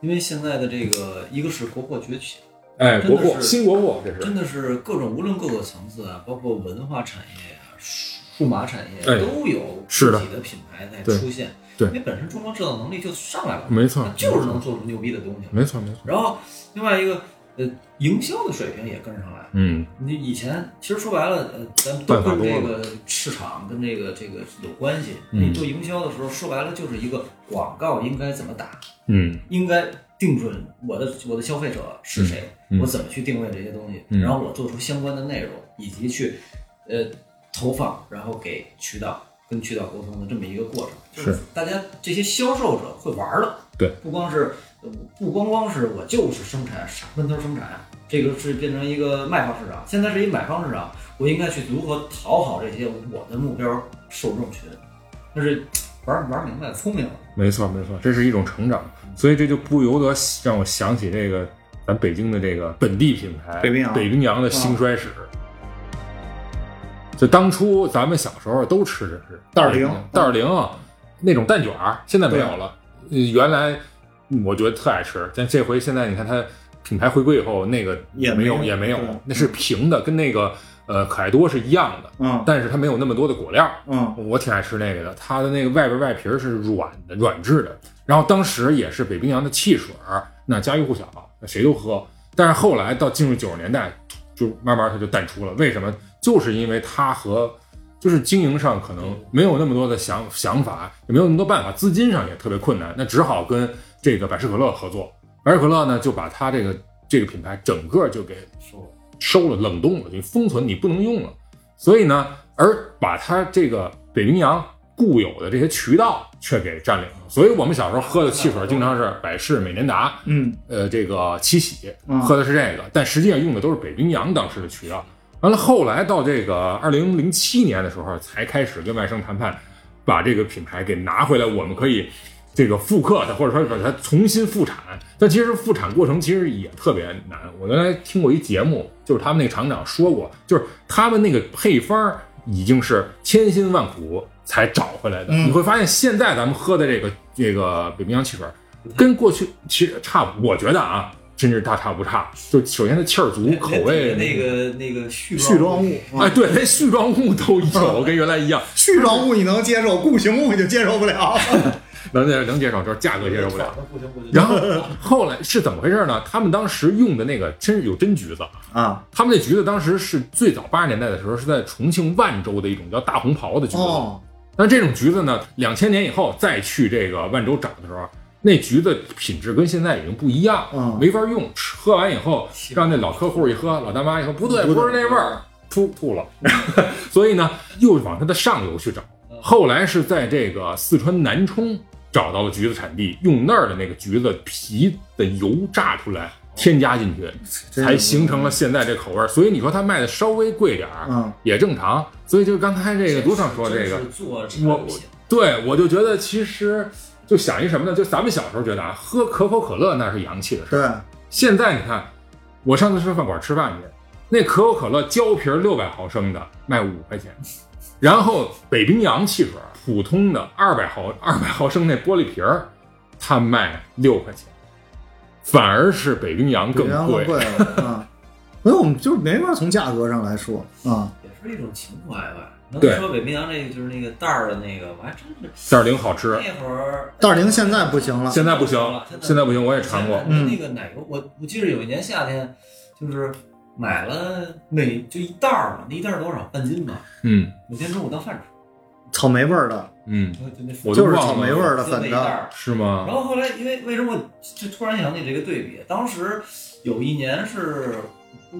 因为现在的这个一个是国货崛起，哎，真的国是货新国货这是真。的是各种无论各个层次啊，包括文化产业啊、数数码产业、哎都有是自的己的品牌在对出现，对因为本身中国制造能力就上来了，没错它就是能做出牛逼的东西了。没错没错，然后另外一个，呃，营销的水平也跟上来了。嗯，你以前其实说白了，呃，咱都办法跟这多个市场跟这个这个有关系。嗯你做营销的时候，说白了就是一个广告应该怎么打，嗯，应该定准我的我的消费者是谁，嗯嗯我怎么去定位这些东西，嗯然后我做出相关的内容，以及去呃投放，然后给渠道跟渠道沟通的这么一个过程。就是大家这些销售者会玩了，对，不光是呃不光光是我就是生产啥闷头生产，这个是变成一个卖方市场，现在是一买方市场，我应该去如何讨好这些我的目标受众群，但是玩玩明白了，聪明了。没错没错，这是一种成长，所以这就不由得让我想起这个咱北京的这个本地品牌北冰洋啊北冰洋的兴衰史。就当初咱们小时候都吃的是袋儿零袋儿零啊，那种蛋卷儿，现在没有了。呃原来嗯我觉得特爱吃，但这回现在你看它品牌回归以后，那个也没有没有也没有对，那是平的，跟那个呃可爱多是一样的，嗯但是它没有那么多的果料。嗯，我挺爱吃那个的，它的那个外边外皮儿是软的，软质的。然后当时也是北冰洋的汽水儿，那家喻户晓，那谁都喝。但是后来到进入九十年代，就慢慢它就淡出了。为什么？就是因为它和就是经营上可能没有那么多的想想法，也没有那么多办法，资金上也特别困难，那只好跟这个百事可乐合作。百事可乐呢，就把它这个这个品牌整个就给收收了，冷冻了，就封存，你不能用了。所以呢，而把它这个北冰洋固有的这些渠道却给占领了。所以我们小时候喝的汽水经常是百事、美年达，嗯，呃，这个七喜嗯喝的是这个，但实际上用的都是北冰洋当时的渠道。完了，后来到这个二零零七年的时候，才开始跟外商谈判，把这个品牌给拿回来，我们可以这个复刻它，或者说把它重新复产。但其实复产过程其实也特别难。我原来听过一节目，就是他们那个厂长说过，就是他们那个配方儿已经是千辛万苦才找回来的。嗯你会发现，现在咱们喝的这个这个北冰洋汽水儿，跟过去其实差不，我觉得啊，真是大差不差。就首先它气儿足，口味那个那个絮絮状物，啊哎，对，连絮状物都有，跟原来一样。絮状物你能接受，固形物你就接受不了。能能接受，就是价格接受不了。不行不行。然后后来是怎么回事呢？他们当时用的那个真是有真橘子，啊，他们那橘子当时是最早八十年代的时候是在重庆万州的一种叫大红袍的橘子。哦，那这种橘子呢，两千年以后再去这个万州找的时候，啊那橘子品质跟现在已经不一样，嗯没法用。吃喝完以后，让那老客户一喝，老大妈一喝，不对，不是那味儿，噗吐了。 所以呢，又往它的上游去找。嗯后来是在这个四川南充找到了橘子产地，用那儿的那个橘子皮的油榨出来，添加进去，哦真才是形成了现在这口味儿。所以你说它卖的稍微贵点儿，嗯，也正常。所以就刚才这个赌场说这真个是，做我产品，对我就觉得其实就想一什么呢？就咱们小时候觉得啊，喝可口可乐那是洋气的事儿。对，现在你看，我上次吃饭馆吃饭去，那可口可乐胶瓶六百毫升的卖五块钱，然后北冰洋汽水普通的二百毫二百毫升那玻璃瓶儿，它卖六块钱，反而是北冰洋更比原来贵。贵了啊。 所以我们就是没法从价格上来说啊，也是一种情怀吧。能对说北冰洋这个就是那个袋儿的那个，我还真是三零好吃，那会儿袋儿零现在不行了，哎现在不行，现在不行，我也我尝过。嗯那个奶油，我我记得有一年夏天，就是买了每就一袋儿嘛，那一袋儿多少半斤吧，嗯每天中午当饭吃。草莓味儿的，嗯，就就那我都就是忘了草莓味儿的就那粉一袋的，儿。是然吗？后后来，因为为什么我就突然想起这个对比？当时有一年是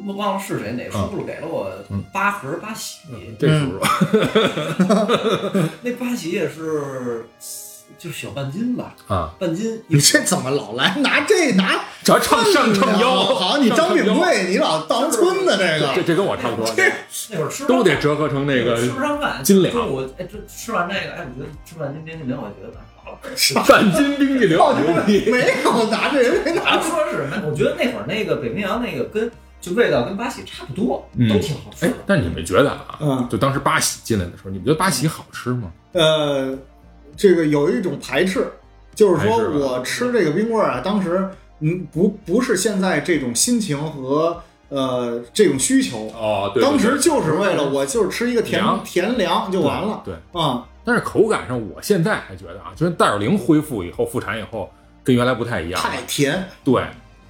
忘了是谁哪叔叔给了我嗯八盒八喜，这叔叔，那八喜也是就是小半斤吧，啊，半斤一你这怎么老来拿这拿只要唱上秤腰，好，你张炳上秤腰，贵，你老当村子这这个，这跟我差不多，那会儿吃不上都得折合成那个吃不上饭，斤两中午哎，这吃完这个，哎，我觉得吃半斤冰淇淋，我觉得好了。半斤冰淇淋，到底是没有拿这人没拿咱说是什么？我觉得那会儿那个北冰洋那个跟就味道跟八喜差不多，嗯都挺好吃哎的。，但你们觉得啊，嗯就当时八喜进来的时候，你们觉得八喜好吃吗？呃，这个有一种排斥，就是排斥说吧我吃这个冰棍儿啊，当时嗯不不是现在这种心情和呃这种需求，哦，对，当时就是为了我就是吃一个甜凉甜凉就就完了对，啊，但是口感上，我现在还觉得啊，就是戴尔灵恢复以后复产以后，跟原来不太一样了。太甜，对，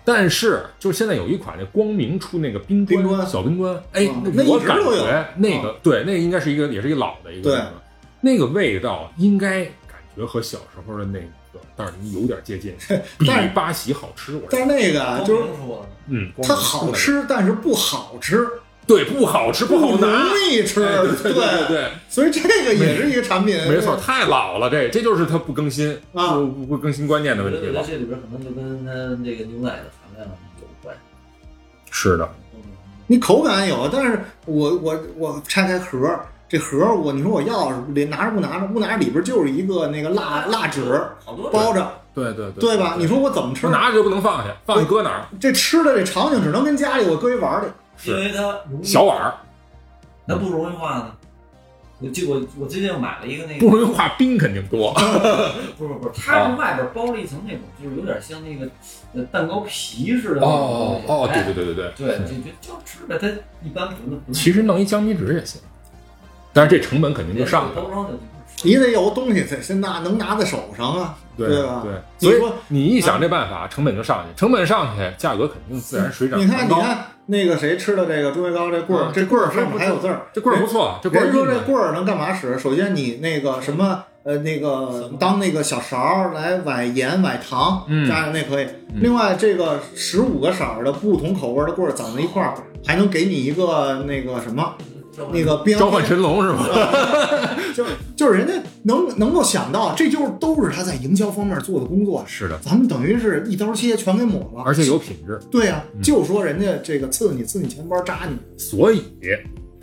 但是就是现在有一款那光明出那个冰冰砖砖小冰砖，哎啊，那那一我直感都有嗯觉那个对，那应该是一个也是一个老的一个对那个，那个味道应该感觉和小时候的那个戴尔灵有点接近，比但是八喜好吃，我但认是为。那个啊就是光明说的嗯，光它明好出来吃，但是不好吃，对，不好吃，不好容拿。易吃，哎对对对 所以这个也是一个产品，对，没错，太老了，这这就是它不更新啊不不不更新观念的我问觉题得我觉得。了这里边可能就跟它这个牛奶的含量有关系。是的，你口感有，但是我我我拆开盒儿，这盒儿我你说我要是连拿着不拿着，不拿着里边就是一个那个蜡蜡纸好多包着，对对对，对吧？你说我怎么吃不？拿着就不能放下，放下搁哪儿？这吃的这场景只能跟家里我搁一碗儿里，是因为它容易小碗，儿它不容易化呢。我记我我最近买了一个那个，不容易化冰，肯定多。不是不是，它是外边包了一层那种，就是有点像那个呃蛋糕皮似的那种哦东西。哦，对哎对对对对对，就就就吃呗，它一般不能不能其实弄一江米纸也行，但是这成本肯定就上去了。包装的。你得有东西才先拿能拿在手上啊，对吧？对，你所以说你一想这办法，成本就上去，成本上去，价格肯定自然水涨你看船你高。看那个谁吃的这个猪血糕这棍儿，嗯啊这棍儿上面还有字儿，这棍儿不错，这棍人儿说硬啊这的棍儿能干嘛使？首先你那个什么呃那个当那个小勺儿来崴盐崴糖，嗯加上那可以。另外这个十五个色儿的不同口味儿的棍儿攒在一块儿，还能给你一个那个什么那个冰召唤神龙 是吧？就是就是人家能能够想到，这就是都是他在营销方面做的工作。是的，咱们等于是一刀切全给抹了，而且有品质。对呀、就说人家这个刺你刺你钱包扎你，所以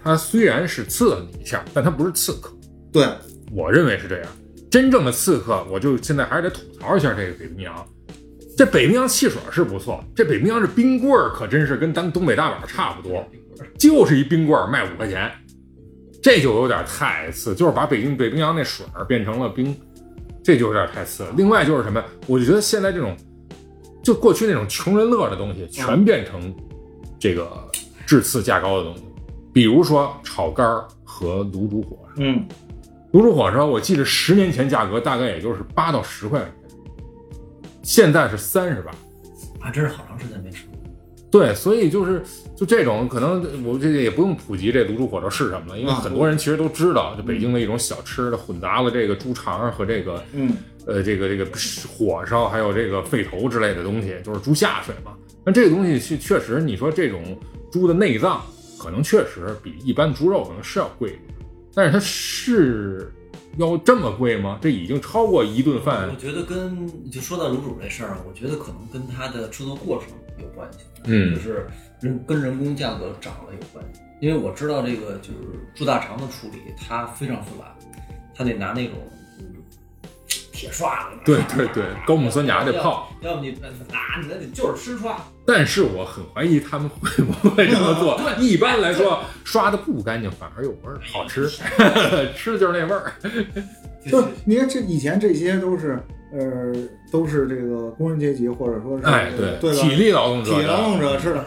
它虽然是刺了你一下，但它不是刺客，对，我认为是这样。真正的刺客，我就现在还是得吐槽一下这个北冰洋。这北冰洋汽水是不错，这北冰洋这冰棍儿可真是跟咱东北大碗差不多，就是一冰棍儿卖五块钱，这就有点太次，就是把北京北冰洋那水儿变成了冰，这就有点太次了。另外就是什么，我就觉得现在这种，就过去那种穷人乐的东西，全变成这个质次价高的东西，比如说炒肝儿和卤煮火烧。嗯，卤煮火烧，我记得十年前价格大概也就是八到十块钱，现在是三十八。啊，真是好长时间没吃过。对，所以就是就这种可能，我这个也不用普及这卤煮火烧是什么了，因为啊很多人其实都知道，这北京的一种小吃的混杂了这个猪肠儿和这个嗯呃这个这个火烧，还有这个肺头之类的东西，就是猪下水嘛。那这个东西是确实，你说这种猪的内脏可能确实比一般猪肉可能是要贵一点，但是它是要这么贵吗？这已经超过一顿我饭。觉得跟就说到卤煮这事儿，我觉得可能跟它的制作过程有关系，嗯就是人跟人工价格涨了有关系。因为我知道这个就是猪大肠的处理，它非常复杂，它得拿那种就是铁刷子，对对对高锰酸钾得泡，要不你拿你那得就是吃刷，但是我很怀疑他们会不会这么 做。一般来说，刷的不干净反而有味儿，好吃，哎 吃的就是那味儿。 就是你看这以前这些都是呃都是这个工人阶级或者说是哎，对体吧？力劳动者，体劳动嗯者是的。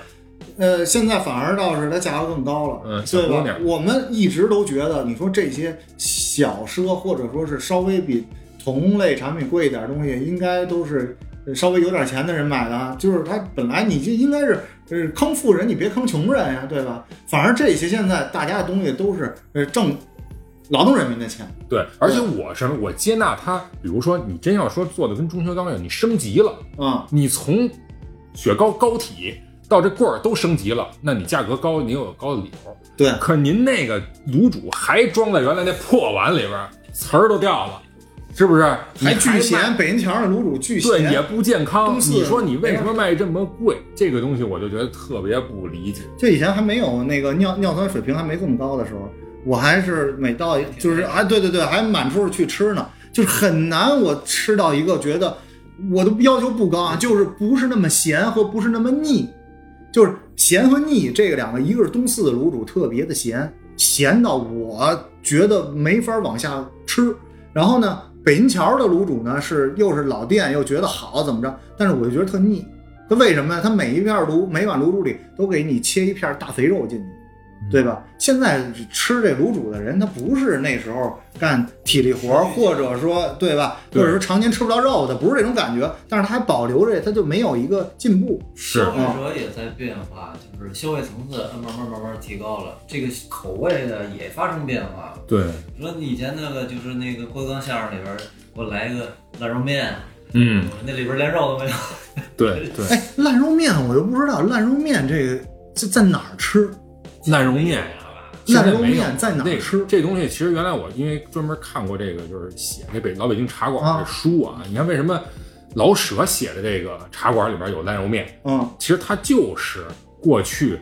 呃，现在反而倒是它价格更高了，嗯小对姑吧娘？我们一直都觉得，你说这些小奢或者说是稍微比同类产品贵一点的东西，应该都是呃稍微有点钱的人买的啊，就是他本来你就应该是呃坑富人，你别坑穷人呀，对吧？反而这些现在大家的东西都是呃挣劳动人民的钱，对，而且我什么，我接纳它。比如说，你真要说做的跟中秋糕一样，你升级了，啊、你从雪糕膏体到这棍儿都升级了，那你价格高，你有高的理由。对可您那个卤煮还装在原来那破碗里边儿，词儿都掉了，是不是？还巨你卖咸，北京墙上卤煮巨对，也咸，不健康东。四你说你为什么卖这么贵？这个东西我就觉得特别不理解。就以前还没有那个尿尿酸水平还没这么高的时候，我还是每到一就是啊，对对对，还满处去吃呢，就是很难我吃到一个觉得我的要求不高啊，就是不是那么咸和不是那么腻，就是咸和腻这个两个，一个是东四的卤煮特别的咸，咸到我觉得没法往下吃。然后呢，北银桥的卤煮呢是又是老店又觉得好怎么着，但是我就觉得特腻。它为什么呀？它每一片卤每碗卤煮里都给你切一片大肥肉进去，嗯对吧？现在吃这卤煮的人，他不是那时候干体力活儿，或者说对吧，对或者说常年吃不着肉的，不是这种感觉。但是他还保留着，他就没有一个进步。是嗯消费者也在变化，就是消费层次慢慢慢慢提高了，这个口味呢也发生变化。对，你说以前那个就是那个郭德纲相声里边，给我来一个腊肉面，嗯，那里边连肉都没有。对对，哎，烂肉面我就不知道，烂肉面这个这在哪儿吃？烂肉面 烂肉现没有面在哪那儿个吃？这东西其实原来我因为专门看过这个，就是写这北老北京茶馆啊的书啊。你看为什么老舍写的这个茶馆里边有烂肉面，嗯，其实它就是过去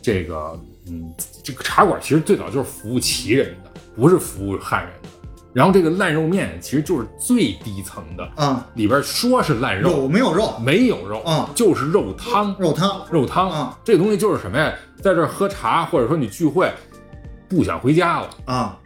这个嗯这个茶馆其实最早就是服务齐人的，不是服务汉人的。然后这个烂肉面其实就是最低层的，啊，里边说是烂肉，有没有肉？没有肉，嗯就是肉汤。肉汤肉汤啊，这东西就是什么呀？在这儿喝茶，或者说你聚会，不想回家了。啊，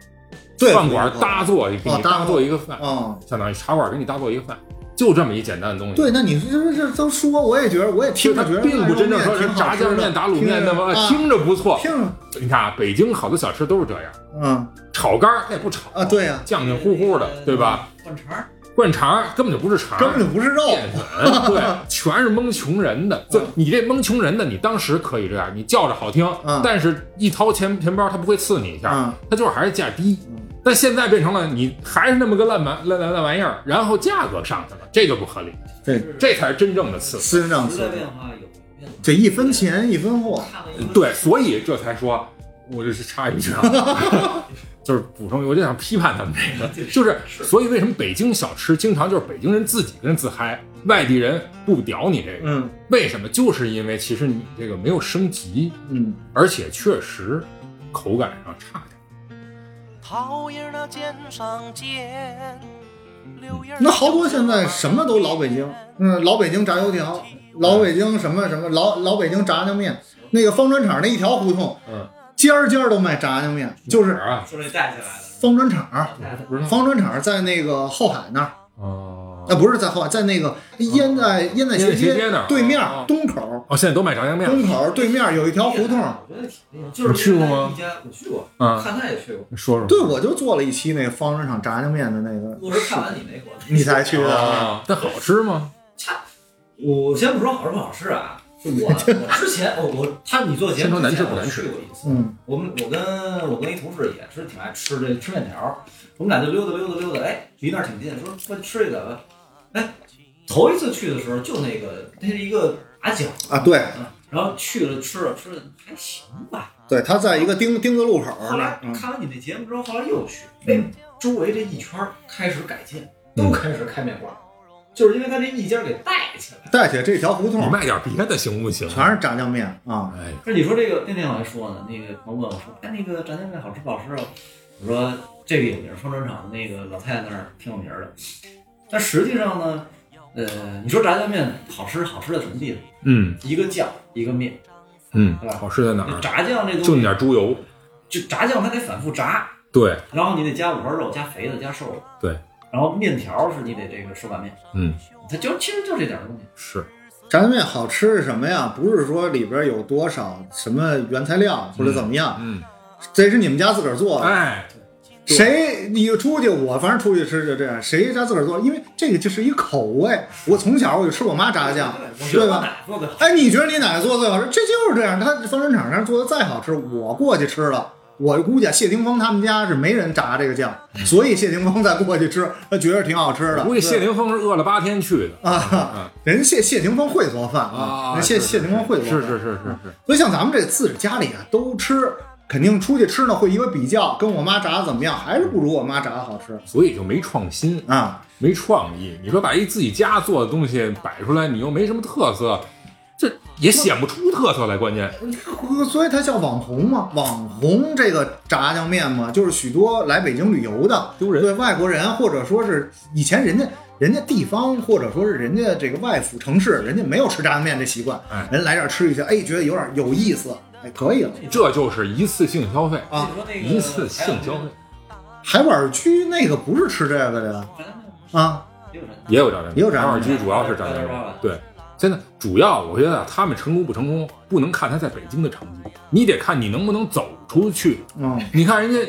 对，饭馆搭做给哦你搭搭做做一个饭，啊。相当于茶馆给你搭做一个饭，就这么一简单的东西。对，，那你这这都说，我也觉得，我也听其实它着觉得并不真正说烂肉是面挺好炸吃酱的面、打卤面那么啊听着不错。听着，你看啊，北京好多小吃都是这样，嗯炒肝儿那也不炒啊，，对呀，酱酱乎乎的，对吧？？灌肠儿，灌肠儿根本就不是肠儿，根本就不是肉淀粉，对，全是蒙穷人的。就你这蒙穷人的，你当时可以这样，你叫着好听嗯，但是一掏钱钱包，他不会刺你一下嗯，他就是还是价低。但现在变成了你还是那么个烂玩烂烂烂玩意儿，然后价格上去了，这就不合理，对这才是真正的刺。私人账时词代，变化有变化。这一分钱一分货，看到一个对，所以这才说，我就是插一句啊， 就是补充，我就想批判他们这个，就是所以为什么北京小吃经常就是北京人自己跟人自嗨，外地人不屌你这个，嗯为什么？就是因为其实你这个没有升级，嗯，而且确实口感上差点。桃叶儿那尖上尖，柳叶儿那好多现在什么都老北京，嗯，老北京炸油条，老北京什么什么，老老北京炸酱面，那个方砖厂那一条胡同，嗯，尖儿尖儿都卖炸酱面，就是啊？说这带起来了，方砖厂，带起来不知道方砖厂在那个后海那儿，哦啊，不是在后海，在那个烟在烟在斜烟在斜街那儿对面哦东口，哦，现在都卖炸酱面东口对面有一条胡同，我觉得挺那个，就是你去过吗一家我去过，嗯啊看他也去过。说说对，我就做了一期那个方砖厂炸酱面的那个，我是看完你那个，你才去的啊，啊，但好吃吗？我先不说好吃不好吃啊，就我我之前我我他你做节先目说难之吃前不难我吃去过一次，嗯我们我跟我跟一同事也是挺爱吃这吃面条儿，我们俩就溜达溜达溜达，哎，离那儿挺近，说过去吃一个吧。哎，头一次去的时候就那个那是一个打饺子，啊，对嗯然后去了吃了吃了还行吧，对，他在一个丁丁字路口后那儿来，嗯看完你那节目之后，后来又去，哎，周围这一圈儿开始改建，都开始开面馆儿，就是因为他这一家给带起来。带起这条胡你同卖点别的行不行？全是炸酱面啊，哎，那你说这个那天我还说呢，那个朋友问我说，哎，那个炸酱面好吃不好吃啊？我说这个有名，方砖厂那个老太太那儿挺有名儿的。但实际上呢，呃，你说炸酱面好吃，好吃在什么地方？嗯一个酱，一个面。嗯对吧，好吃在哪那儿？炸酱这东西，就那点猪油，就炸酱它得反复炸，对然后你得加五花肉、加肥的、加瘦的，对，然后面条是你得这个手擀面，嗯，它就其实就这点东西。是，炸酱面好吃是什么呀？不是说里边有多少什么原材料或者怎么样，嗯，这是你们家自个儿做的。哎，谁你出去，我反正出去吃就这样，谁家自个儿做，因为这个就是一口味。我从小我就吃我妈炸酱，我觉对得我吧？奶做的好，哎，你觉得你奶奶做的最好吃？这就是这样，她方砖厂那儿做的再好吃，我过去吃了，我估计啊谢霆锋他们家是没人炸这个酱，所以谢霆锋再过去吃，他觉得挺好吃的。嗯估计谢霆锋是饿了八天去的啊，人谢谢霆锋会做饭啊，人谢是谢霆锋会做是饭，是是是是，所以像咱们这自己家里啊都吃，肯定出去吃呢会一个比较，跟我妈炸的怎么样，还是不如我妈炸的好吃所以就没创新，啊。没创意。你说把一自己家做的东西摆出来，你又没什么特色，这也显不出特色来。关键，所以它叫网红嘛，网红这个炸酱面嘛，就是许多来北京旅游的丢人对外国人啊或者说是以前人家人家地方或者说是人家这个外府城市，人家没有吃炸酱面这习惯，哎人来这儿吃一下，哎，觉得有点有意思，哎，可以了。这就是一次性消费，啊你说那个一次性消费海碗居那个不是吃这个的呀，炸酱面啊，也有炸酱面也有炸酱面，也有炸酱面二居主要是炸酱八点八面吧，对。真的，主要我觉得啊他们成功不成功，不能看他在北京的成绩，你得看你能不能走出去。嗯，你看人家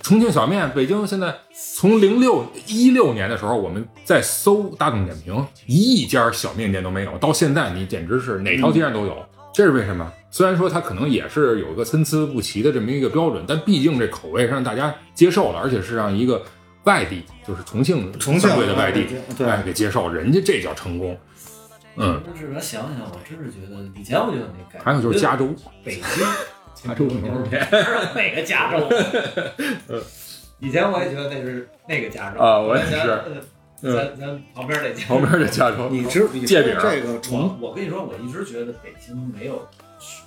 重庆小面，北京现在从零六一六年的时候，我们在搜大众点评，一家小面店都没有，到现在你简直是哪条街上都有，嗯这是为什么？虽然说它可能也是有一个参差不齐的这么一个标准，但毕竟这口味让大家接受了，而且是让一个外地，就是重庆重庆相对的外地，对哎给接受，人家这叫成功。嗯，但是我想想，我真是觉得以前我就有那感觉。还有就是加州，嗯北京，加州嗯牛肉面哪个加州？以前我也觉得那是那个加州啊我也是咱咱咱旁边那家旁边的加州，你知你说芥饼儿这个重我我跟你说，我一直觉得北京没有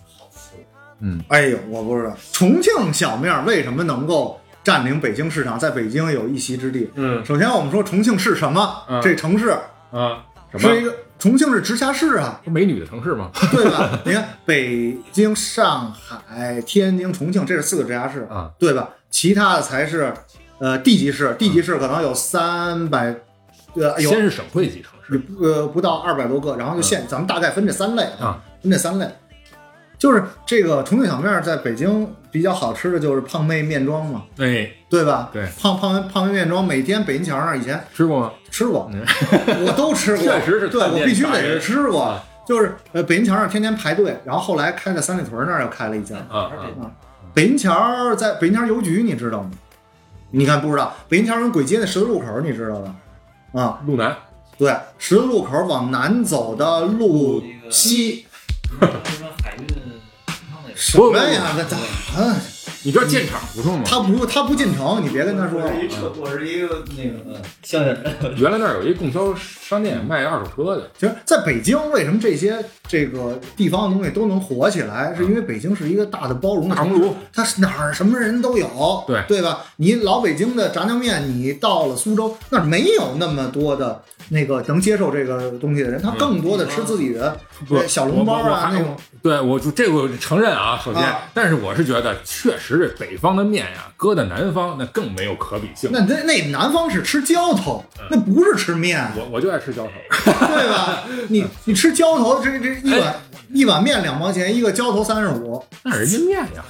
好吃。哎呦，我不知道重庆小面儿为什么能够占领北京市场，在北京有一席之地。嗯首先，我们说重庆是什么？嗯这城市啊，什是一么个重庆是直辖市 啊，美女的城市吗？对吧？你看北京、上海、天津、重庆，这是四个直辖市，啊，对吧？其他的才是呃地级市，地级市可能有三百，呃有先是省会级城市也。不呃不到二百多个，然后就现、咱们大概分这三类啊，分这三类，就是这个重庆小面儿在北京比较好吃的就是胖妹面庄嘛，哎，对吧？对胖胖胖妹面庄每天北京桥上以前吃过吗？吃过，嗯 我都吃过，确实是对看我见必须大得是人吃过啊，就是呃北京桥上天天排队，然后后来开在三里屯那儿又开了一家，啊啊北京桥在北京桥邮局你知道吗？你看不知道，北京桥跟簋街那十字路口你知道吧？啊，路南对，十字路口往南走的路西，什么海运什么呀？不那咋？嗯你知道建厂胡同吗？他不，他不进城，你别跟他说。我是一啊车，我是一个那个嗯乡下人，原来那儿有一供销商嗯店卖二手车的，其实，在北京，为什么这些这个地方的东西都能火起来，是因为北京是一个大的包容的大城熔市，炉。它是哪儿什么人都有，对对吧？你老北京的炸酱面，你到了苏州那儿没有那么多的那个能接受这个东西的人，他更多的吃自己的嗯不呃小笼包我我我啊还那种。对我就这个我承认啊，首先啊，但是我是觉得确实这北方的面呀，搁在南方那更没有可比性。那那那南方是吃浇头，那不是吃面。我嗯我嗯就爱吃浇头，对吧？你你吃浇头，这这一碗、一碗面两毛钱，一个浇头三十五但是人家面呀，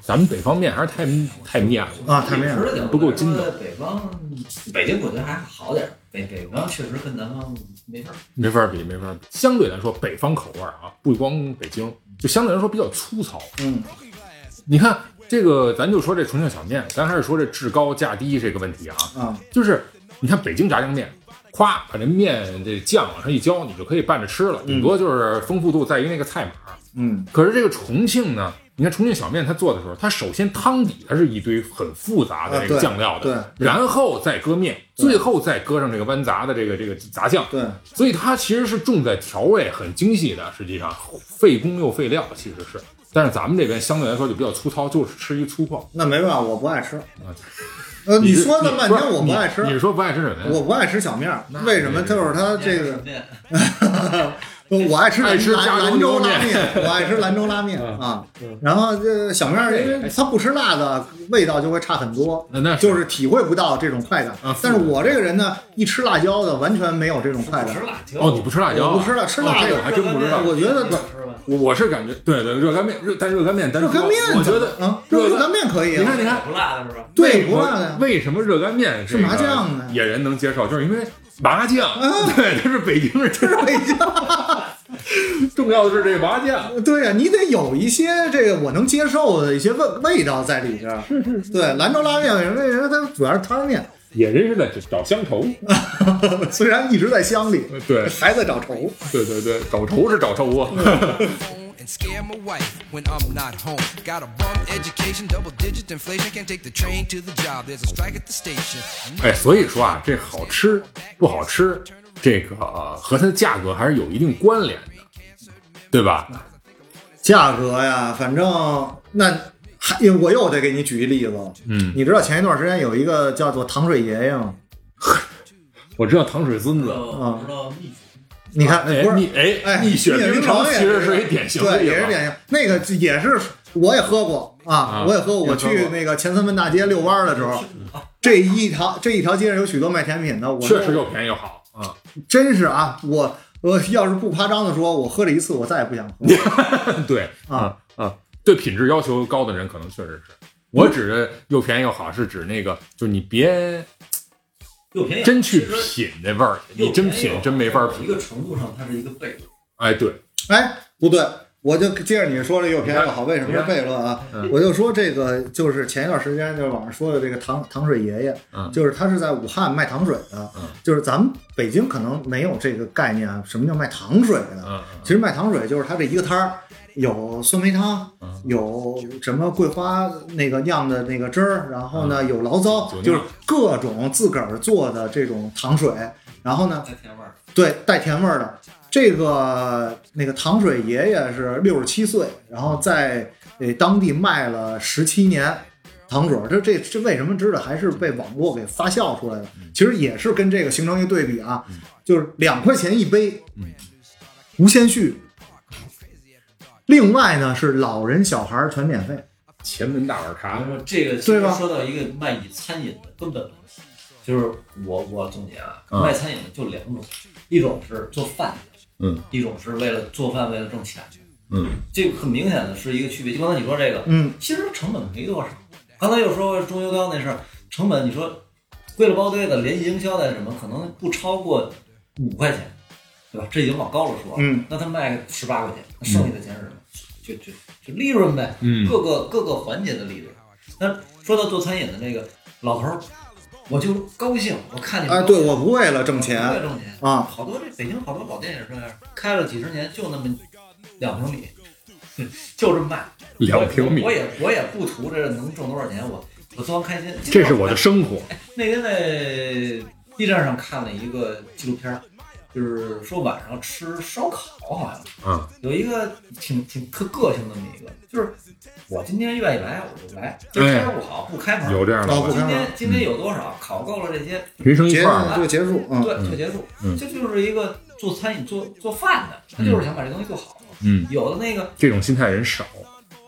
咱们北方面还是太太面了。啊，太面了。了不够筋道。北方，北京我觉得还好点儿，北北方确实跟南方没法儿。没法比，没法比。相对来说，北方口味儿啊，不光北京，就相对来说比较粗糙。嗯，你看这个，咱就说这重庆小面，咱还是说这制高价低这个问题啊。啊，就是你看北京炸酱面，夸把这面这酱往上一浇，你就可以拌着吃了，顶多就是丰富度在于那个菜码。嗯，可是这个重庆呢，你看重庆小面，它做的时候，它首先汤底它是一堆很复杂的啊这个对酱料的，对对然后再搁面，最后再搁上这个豌杂的这个这个杂酱，对，所以它其实是重在调味，很精细的，实际上费工又费料，其实是。但是咱们这边相对来说就比较粗糙，就是吃一粗犷。那没办法，我不爱吃。啊呃，你说的了半天我不爱吃，你是说不爱吃什么呀？我不爱吃小面儿那，为什么？这个就是它这什个，么 我爱吃爱吃兰加州兰州牛肉嗯拉面，我爱吃兰州拉面啊。然后这小面儿，因为它不吃辣的，味道就会差很多，那那就是体会不到这种快感啊。但是我这个人呢，一吃辣椒的完全没有这种快吃感。辣椒哦，你不吃辣椒啊，我不吃辣吃辣的哦这个我还真不知道。我觉得我我是感觉对对，热干面热，但热干面单热说，干面怎么，我觉得啊，热热干面可以你啊，看你看，不辣的是吧？对为不辣的什么为什么热干面是麻酱呢野人能接受，就是 因为麻酱， 对，它是北 京人，吃北京。 重要的是这麻酱。对呀、你得有一些这个我能接受的一些味味道在里边儿。是是对，兰州拉面为什么？因为它主要是汤面， 野人是在找乡愁，虽然一直在乡里，对还在找愁。对对对，找愁是找愁啊。 phone and scare my wife when I'm not home. Got a bum education, double digit inflation. Can't take the train to the job. There's a strike at the station. 哎，所以说啊，这好吃不好吃，这个呃和它的价格还是有一定关联的，对吧？价格呀，反正那还我又得给你举一例子。嗯你知道前一段时间有一个叫做糖水爷爷吗？我知道糖水孙子，我不知道秘制你看，哎哦不是蜜哎哎，蜜雪冰冰城也其实是一典型的对，地也是方典型。那个也是，我也喝过啊啊，我也喝过。也我喝过去那个前三门大街遛弯儿的时哦候，这一条这一条街上有许多卖甜品的，我确实又便宜又好啊。真是啊，我我要是不夸张的说，我喝了一次，我再也不想喝。对啊啊，对品质要求高的人可能确实是。我指的又便宜又好，是指那个，就是你别又便宜，真去其实品那味儿，你真品真没法一品。个程度上，它是一个悖论。哎，对，哎，不对，我就接着你说这又便宜又好，为什么是悖论啊？我就说这个就是前一段时间就是网上说的这个糖糖水爷爷，嗯就是他是在武汉卖糖水的，嗯就是咱们北京可能没有这个概念啊，什么叫卖糖水的？嗯，其实卖糖水就是他这一个摊儿。有酸梅汤嗯，有什么桂花那个酿的那个汁儿，然后呢有醪糟嗯酒，酿就是各种自个儿做的这种糖水。然后呢，带甜味儿，对，带甜味儿的。这个那个糖水爷爷是六十七岁，然后在呃当地卖了十七年糖水儿，这这这为什么知道还是被网络给发酵出来的？其实也是跟这个形成一个对比啊，就是两块钱一杯，无限续。另外呢是老人小孩儿全免费，前门大碗茶然后这个其对实吧说到一个卖以餐饮的根本问题，就是我我总结啊，嗯卖餐饮的就两种，一种是做饭的，嗯，一种是为了做饭为了挣钱的，嗯，这个很明显的是一个区别。就刚才你说这个，嗯，其实成本没多少。刚才又说中油糕那事儿，成本你说归了包堆的，联系营销的什么，可能不超过五块钱，对吧？这已经往高了说，嗯，那他卖十八块钱，那剩下的钱是什么？就就就利润呗，嗯各个各个环节的利润。那说到做餐饮的那个老头儿，我就高兴，我看你们啊，高对，兴我不为了挣我钱也挣钱啊好多这北京好多老店也是这样，开了几十年就那么两平米， 就这么卖两平米我，也我也不图这能挣多少钱，我我做完开心。这是我的生活。那天在 B 站上看了一个纪录片儿，就是说晚上吃烧烤，好像啊，有一个挺挺特个性的那么一个，就是我今天愿意来我就来，今哎天不好不开门。有这样的哦不吧，今天今天有多少烤够了这些，人生一结块儿吧就结束，嗯，对，就结束。嗯这就是一个做餐饮做做饭的，他就是想把这东西做好。嗯，有的那个这种心态人少。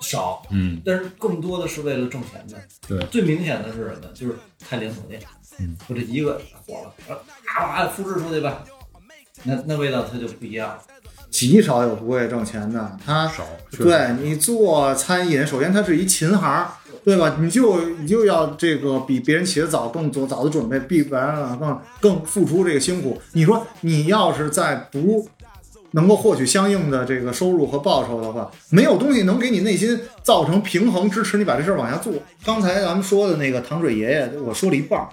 少，嗯，但是更多的是为了挣钱的。对最明显的是什么？就是开连锁店，嗯，就这一个火了，然后啊啊复制出去吧，那那味道它就不一样了。极少有不会挣钱的，他少确实对你做餐饮，首先它是一勤行儿，对吧？你就你就要这个比别人起得早，更早早的准备，必然啊更更付出这个辛苦。你说你要是在不能够获取相应的这个收入和报酬的话，没有东西能给你内心造成平衡，支持你把这事儿往下做。刚才咱们说的那个糖水爷爷，我说了一半儿。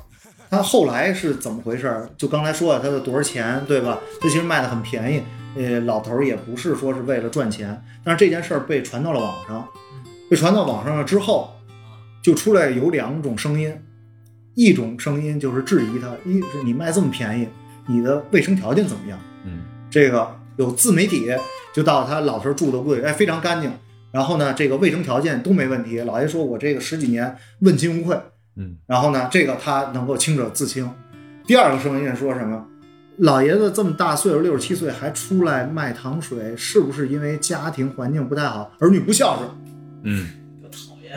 他后来是怎么回事儿？就刚才说的，他的多少钱，对吧？他其实卖的很便宜，呃，老头儿也不是说是为了赚钱，但是这件事儿被传到了网上，被传到网上了之后，就出来有两种声音，一种声音就是质疑他，一是你卖这么便宜，你的卫生条件怎么样？嗯，这个有自媒体就到他老头住的屋里，哎，非常干净。然后呢，这个卫生条件都没问题。老爷说我这个十几年问心无愧。嗯，然后呢，这个他能够清者自清。第二个声音说什么？老爷子这么大岁数，六十七岁还出来卖糖水，是不是因为家庭环境不太好，儿女不孝顺？嗯，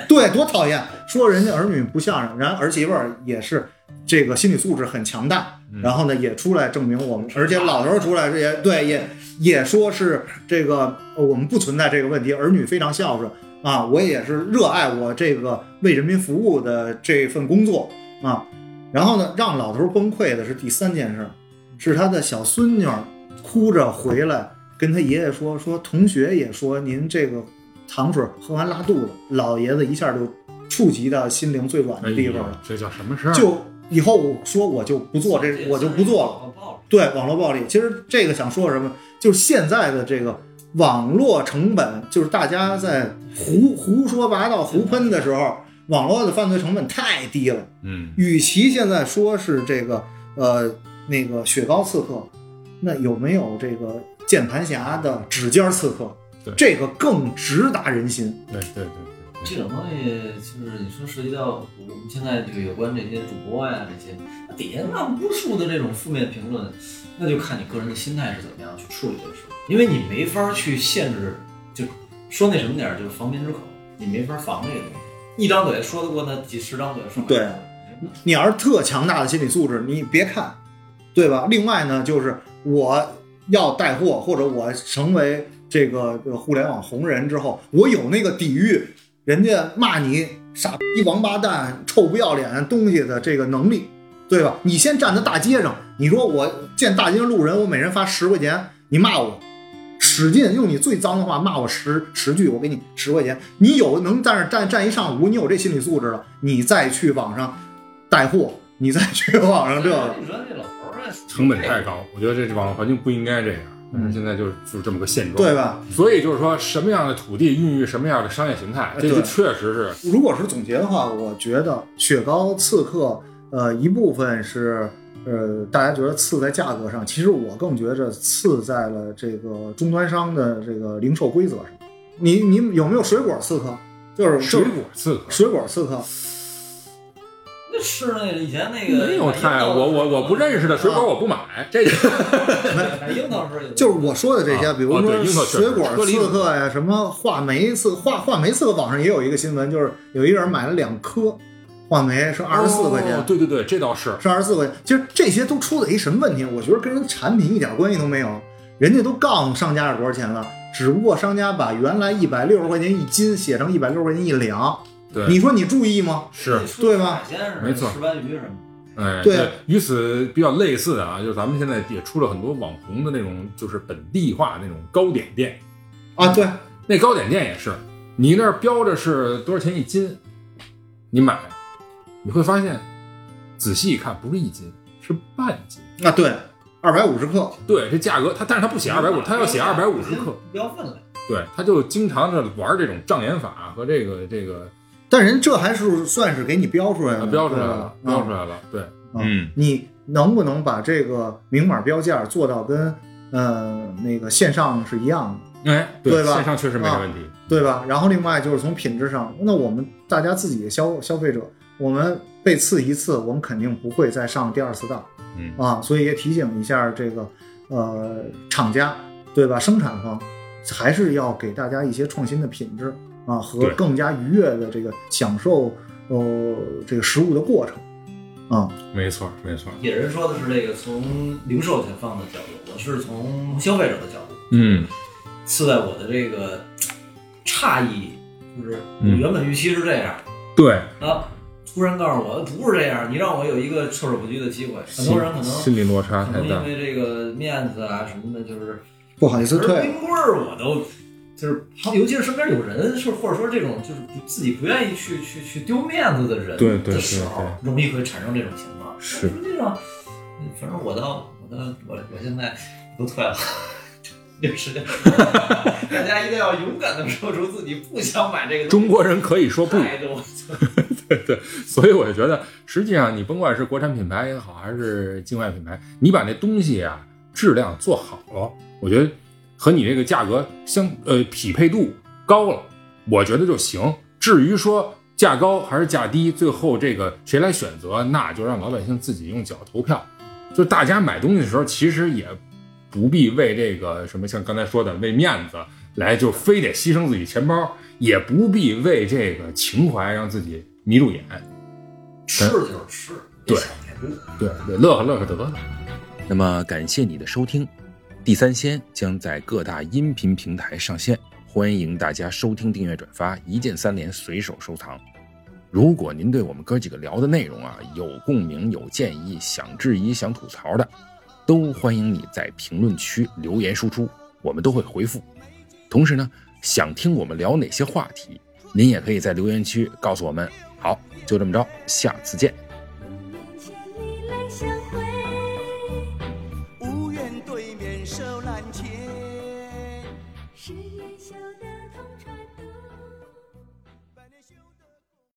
对，多讨厌！说人家儿女不孝顺，然后儿媳妇儿也是这个心理素质很强大，然后呢也出来证明我们，而且老头儿出来也对也也说是这个呃我们不存在这个问题，儿女非常孝顺啊，我也是热爱我这个为人民服务的这份工作啊。然后呢，让老头儿崩溃的是第三件事，是他的小孙女儿哭着回来跟他爷爷说，说同学也说您这个糖水喝完拉肚子，老爷子一下就触及到心灵最软哎的地方呦了，，这叫什么事儿？啊就以后我说我就不做这，我就不做了。了。对网络暴力，其实这个想说什么，就是现在的这个网络成本，就是大家在胡胡说八道、胡喷的时候，网络的犯罪成本太低了。嗯与其现在说是这个呃那个雪糕刺客，那有没有这个键盘侠的指尖刺客对？这个更直达人心。对对对对这种东西就是你说涉及到我们现在这个有关这些主播呀、这些，那底下那无数的这种负面评论，那就看你个人的心态是怎么样去处理这个事，因为你没法去限制，就说那什么点儿，就是防民之口，你没法防这个东西，一张嘴说得过那几十张嘴说不过对你要是特强大的心理素质，你别看，对吧？另外呢，就是我要带货，或者我成为这个这个互联网红人之后，我有那个抵御人家骂你傻逼、王八蛋、臭不要脸东西的这个能力，对吧？你先站在大街上，你说我见大街路人，我每人发十块钱，你骂我。使劲用你最脏的话骂我十十句，我给你十块钱。你有能在那儿站站一上午，你有这心理素质了，你再去网上带货，你 再去网上这个，你说这老头儿啊，成本太高，我觉得这网络环境不应该这样，但是现在就是就是这么个现状，对？吧？所以就是说，什么样的土地孕育什么样的商业形态，这对就确实是如果是总结的话，我觉得雪糕刺客，呃，一部分是呃大家觉得刺在价格上，其实我更觉着刺在了这个终端商的这个零售规则上。你你有没有水果刺客？就是水就是果刺客。水果刺客，那是那以前那个没有太我我我不认识的水果我不啊买，这就买樱桃时候也就是我说的这些，啊比如哦对说樱桃确实水果刺客呀，什么话梅刺话话梅刺客，网上也有一个新闻，就是有一个人买了两颗话梅，是 二十四块钱。哦对对对，这倒是。是二十四块钱。其实这些都出在一什么问题？我觉得跟人产品一点关系都没有，人家都告诉商家是多少钱了，只不过商家把原来一百六十块钱一斤写成一百六十块钱一两，对，你说你注意吗？是对吗海鲜似的没错石斑鱼什么哎，对这与此比较类似的啊，就是咱们现在也出了很多网红的那种，就是本地化那种糕点店。啊，对，那糕点店也是，你那儿标着是多少钱一斤，你买，你会发现，仔细一看不是一斤，是半斤。啊对，二百五十克，对，这价格它，但是它不嗯写二百五，它要写二百五十克。不要分了。对，他就经常的玩这种障眼法和这个这个但人这还是算是给你标出来啊了，标出来了，对吧标出来了。对，啊嗯你能不能把这个明码标价做到跟呃那个线上是一样的？哎，对吧线上确实没这问题。对吧？然后另外就是从品质上，那我们大家自己的消消费者，我们被刺一次，我们肯定不会再上第二次当，嗯啊，所以也提醒一下这个呃厂家，对吧？生产方还是要给大家一些创新的品质啊和对更加愉悦的这个享受呃这个食物的过程啊，嗯没错，没错。野人说的是这个从零售钱方的角度，我是从消费者的角度，嗯刺在我的这个诧异，就是我嗯原本预期是这样、对，啊，突然告诉我不是这样，你让我有一个措手不及的机会。很多人可心能理落差可太能因大。为这个面子啊什么的，就是不好意思退而了。冰棍儿我都就是，尤其是身边有人是或者说这种就是不自己不愿意去去去丢面子的人对对的时对候对，容易会产生这种情况。是就是这种，嗯反正我倒我倒我我现在都退了，有时间。 大家一定要勇敢的说出自己不想买这个东中国人可以说西不，态度。 对对，所以我就觉得，实际上你甭管是国产品牌也好，还是境外品牌，你把那东西啊质量做好了，我觉得和你这个价格相呃匹配度高了，我觉得就行。至于说价高还是价低，最后这个谁来选择，那就让老百姓自己用脚投票。就大家买东西的时候，其实也不必为这个什么，像刚才说的为面子来，就非得牺牲自己钱包，也不必为这个情怀让自己迷路眼。吃就是吃，别想太多。对对，乐呵乐呵得了。那么感谢你的收听，《地三鲜》将在各大音频平台上线，欢迎大家收听、订阅、转发，一键三连，随手收藏。如果您对我们哥几个聊的内容啊有共鸣、有建议、想质疑、想吐槽的，都欢迎你在评论区留言输出，我们都会回复。同时呢，想听我们聊哪些话题，您也可以在留言区告诉我们。好，就这么着，下次见，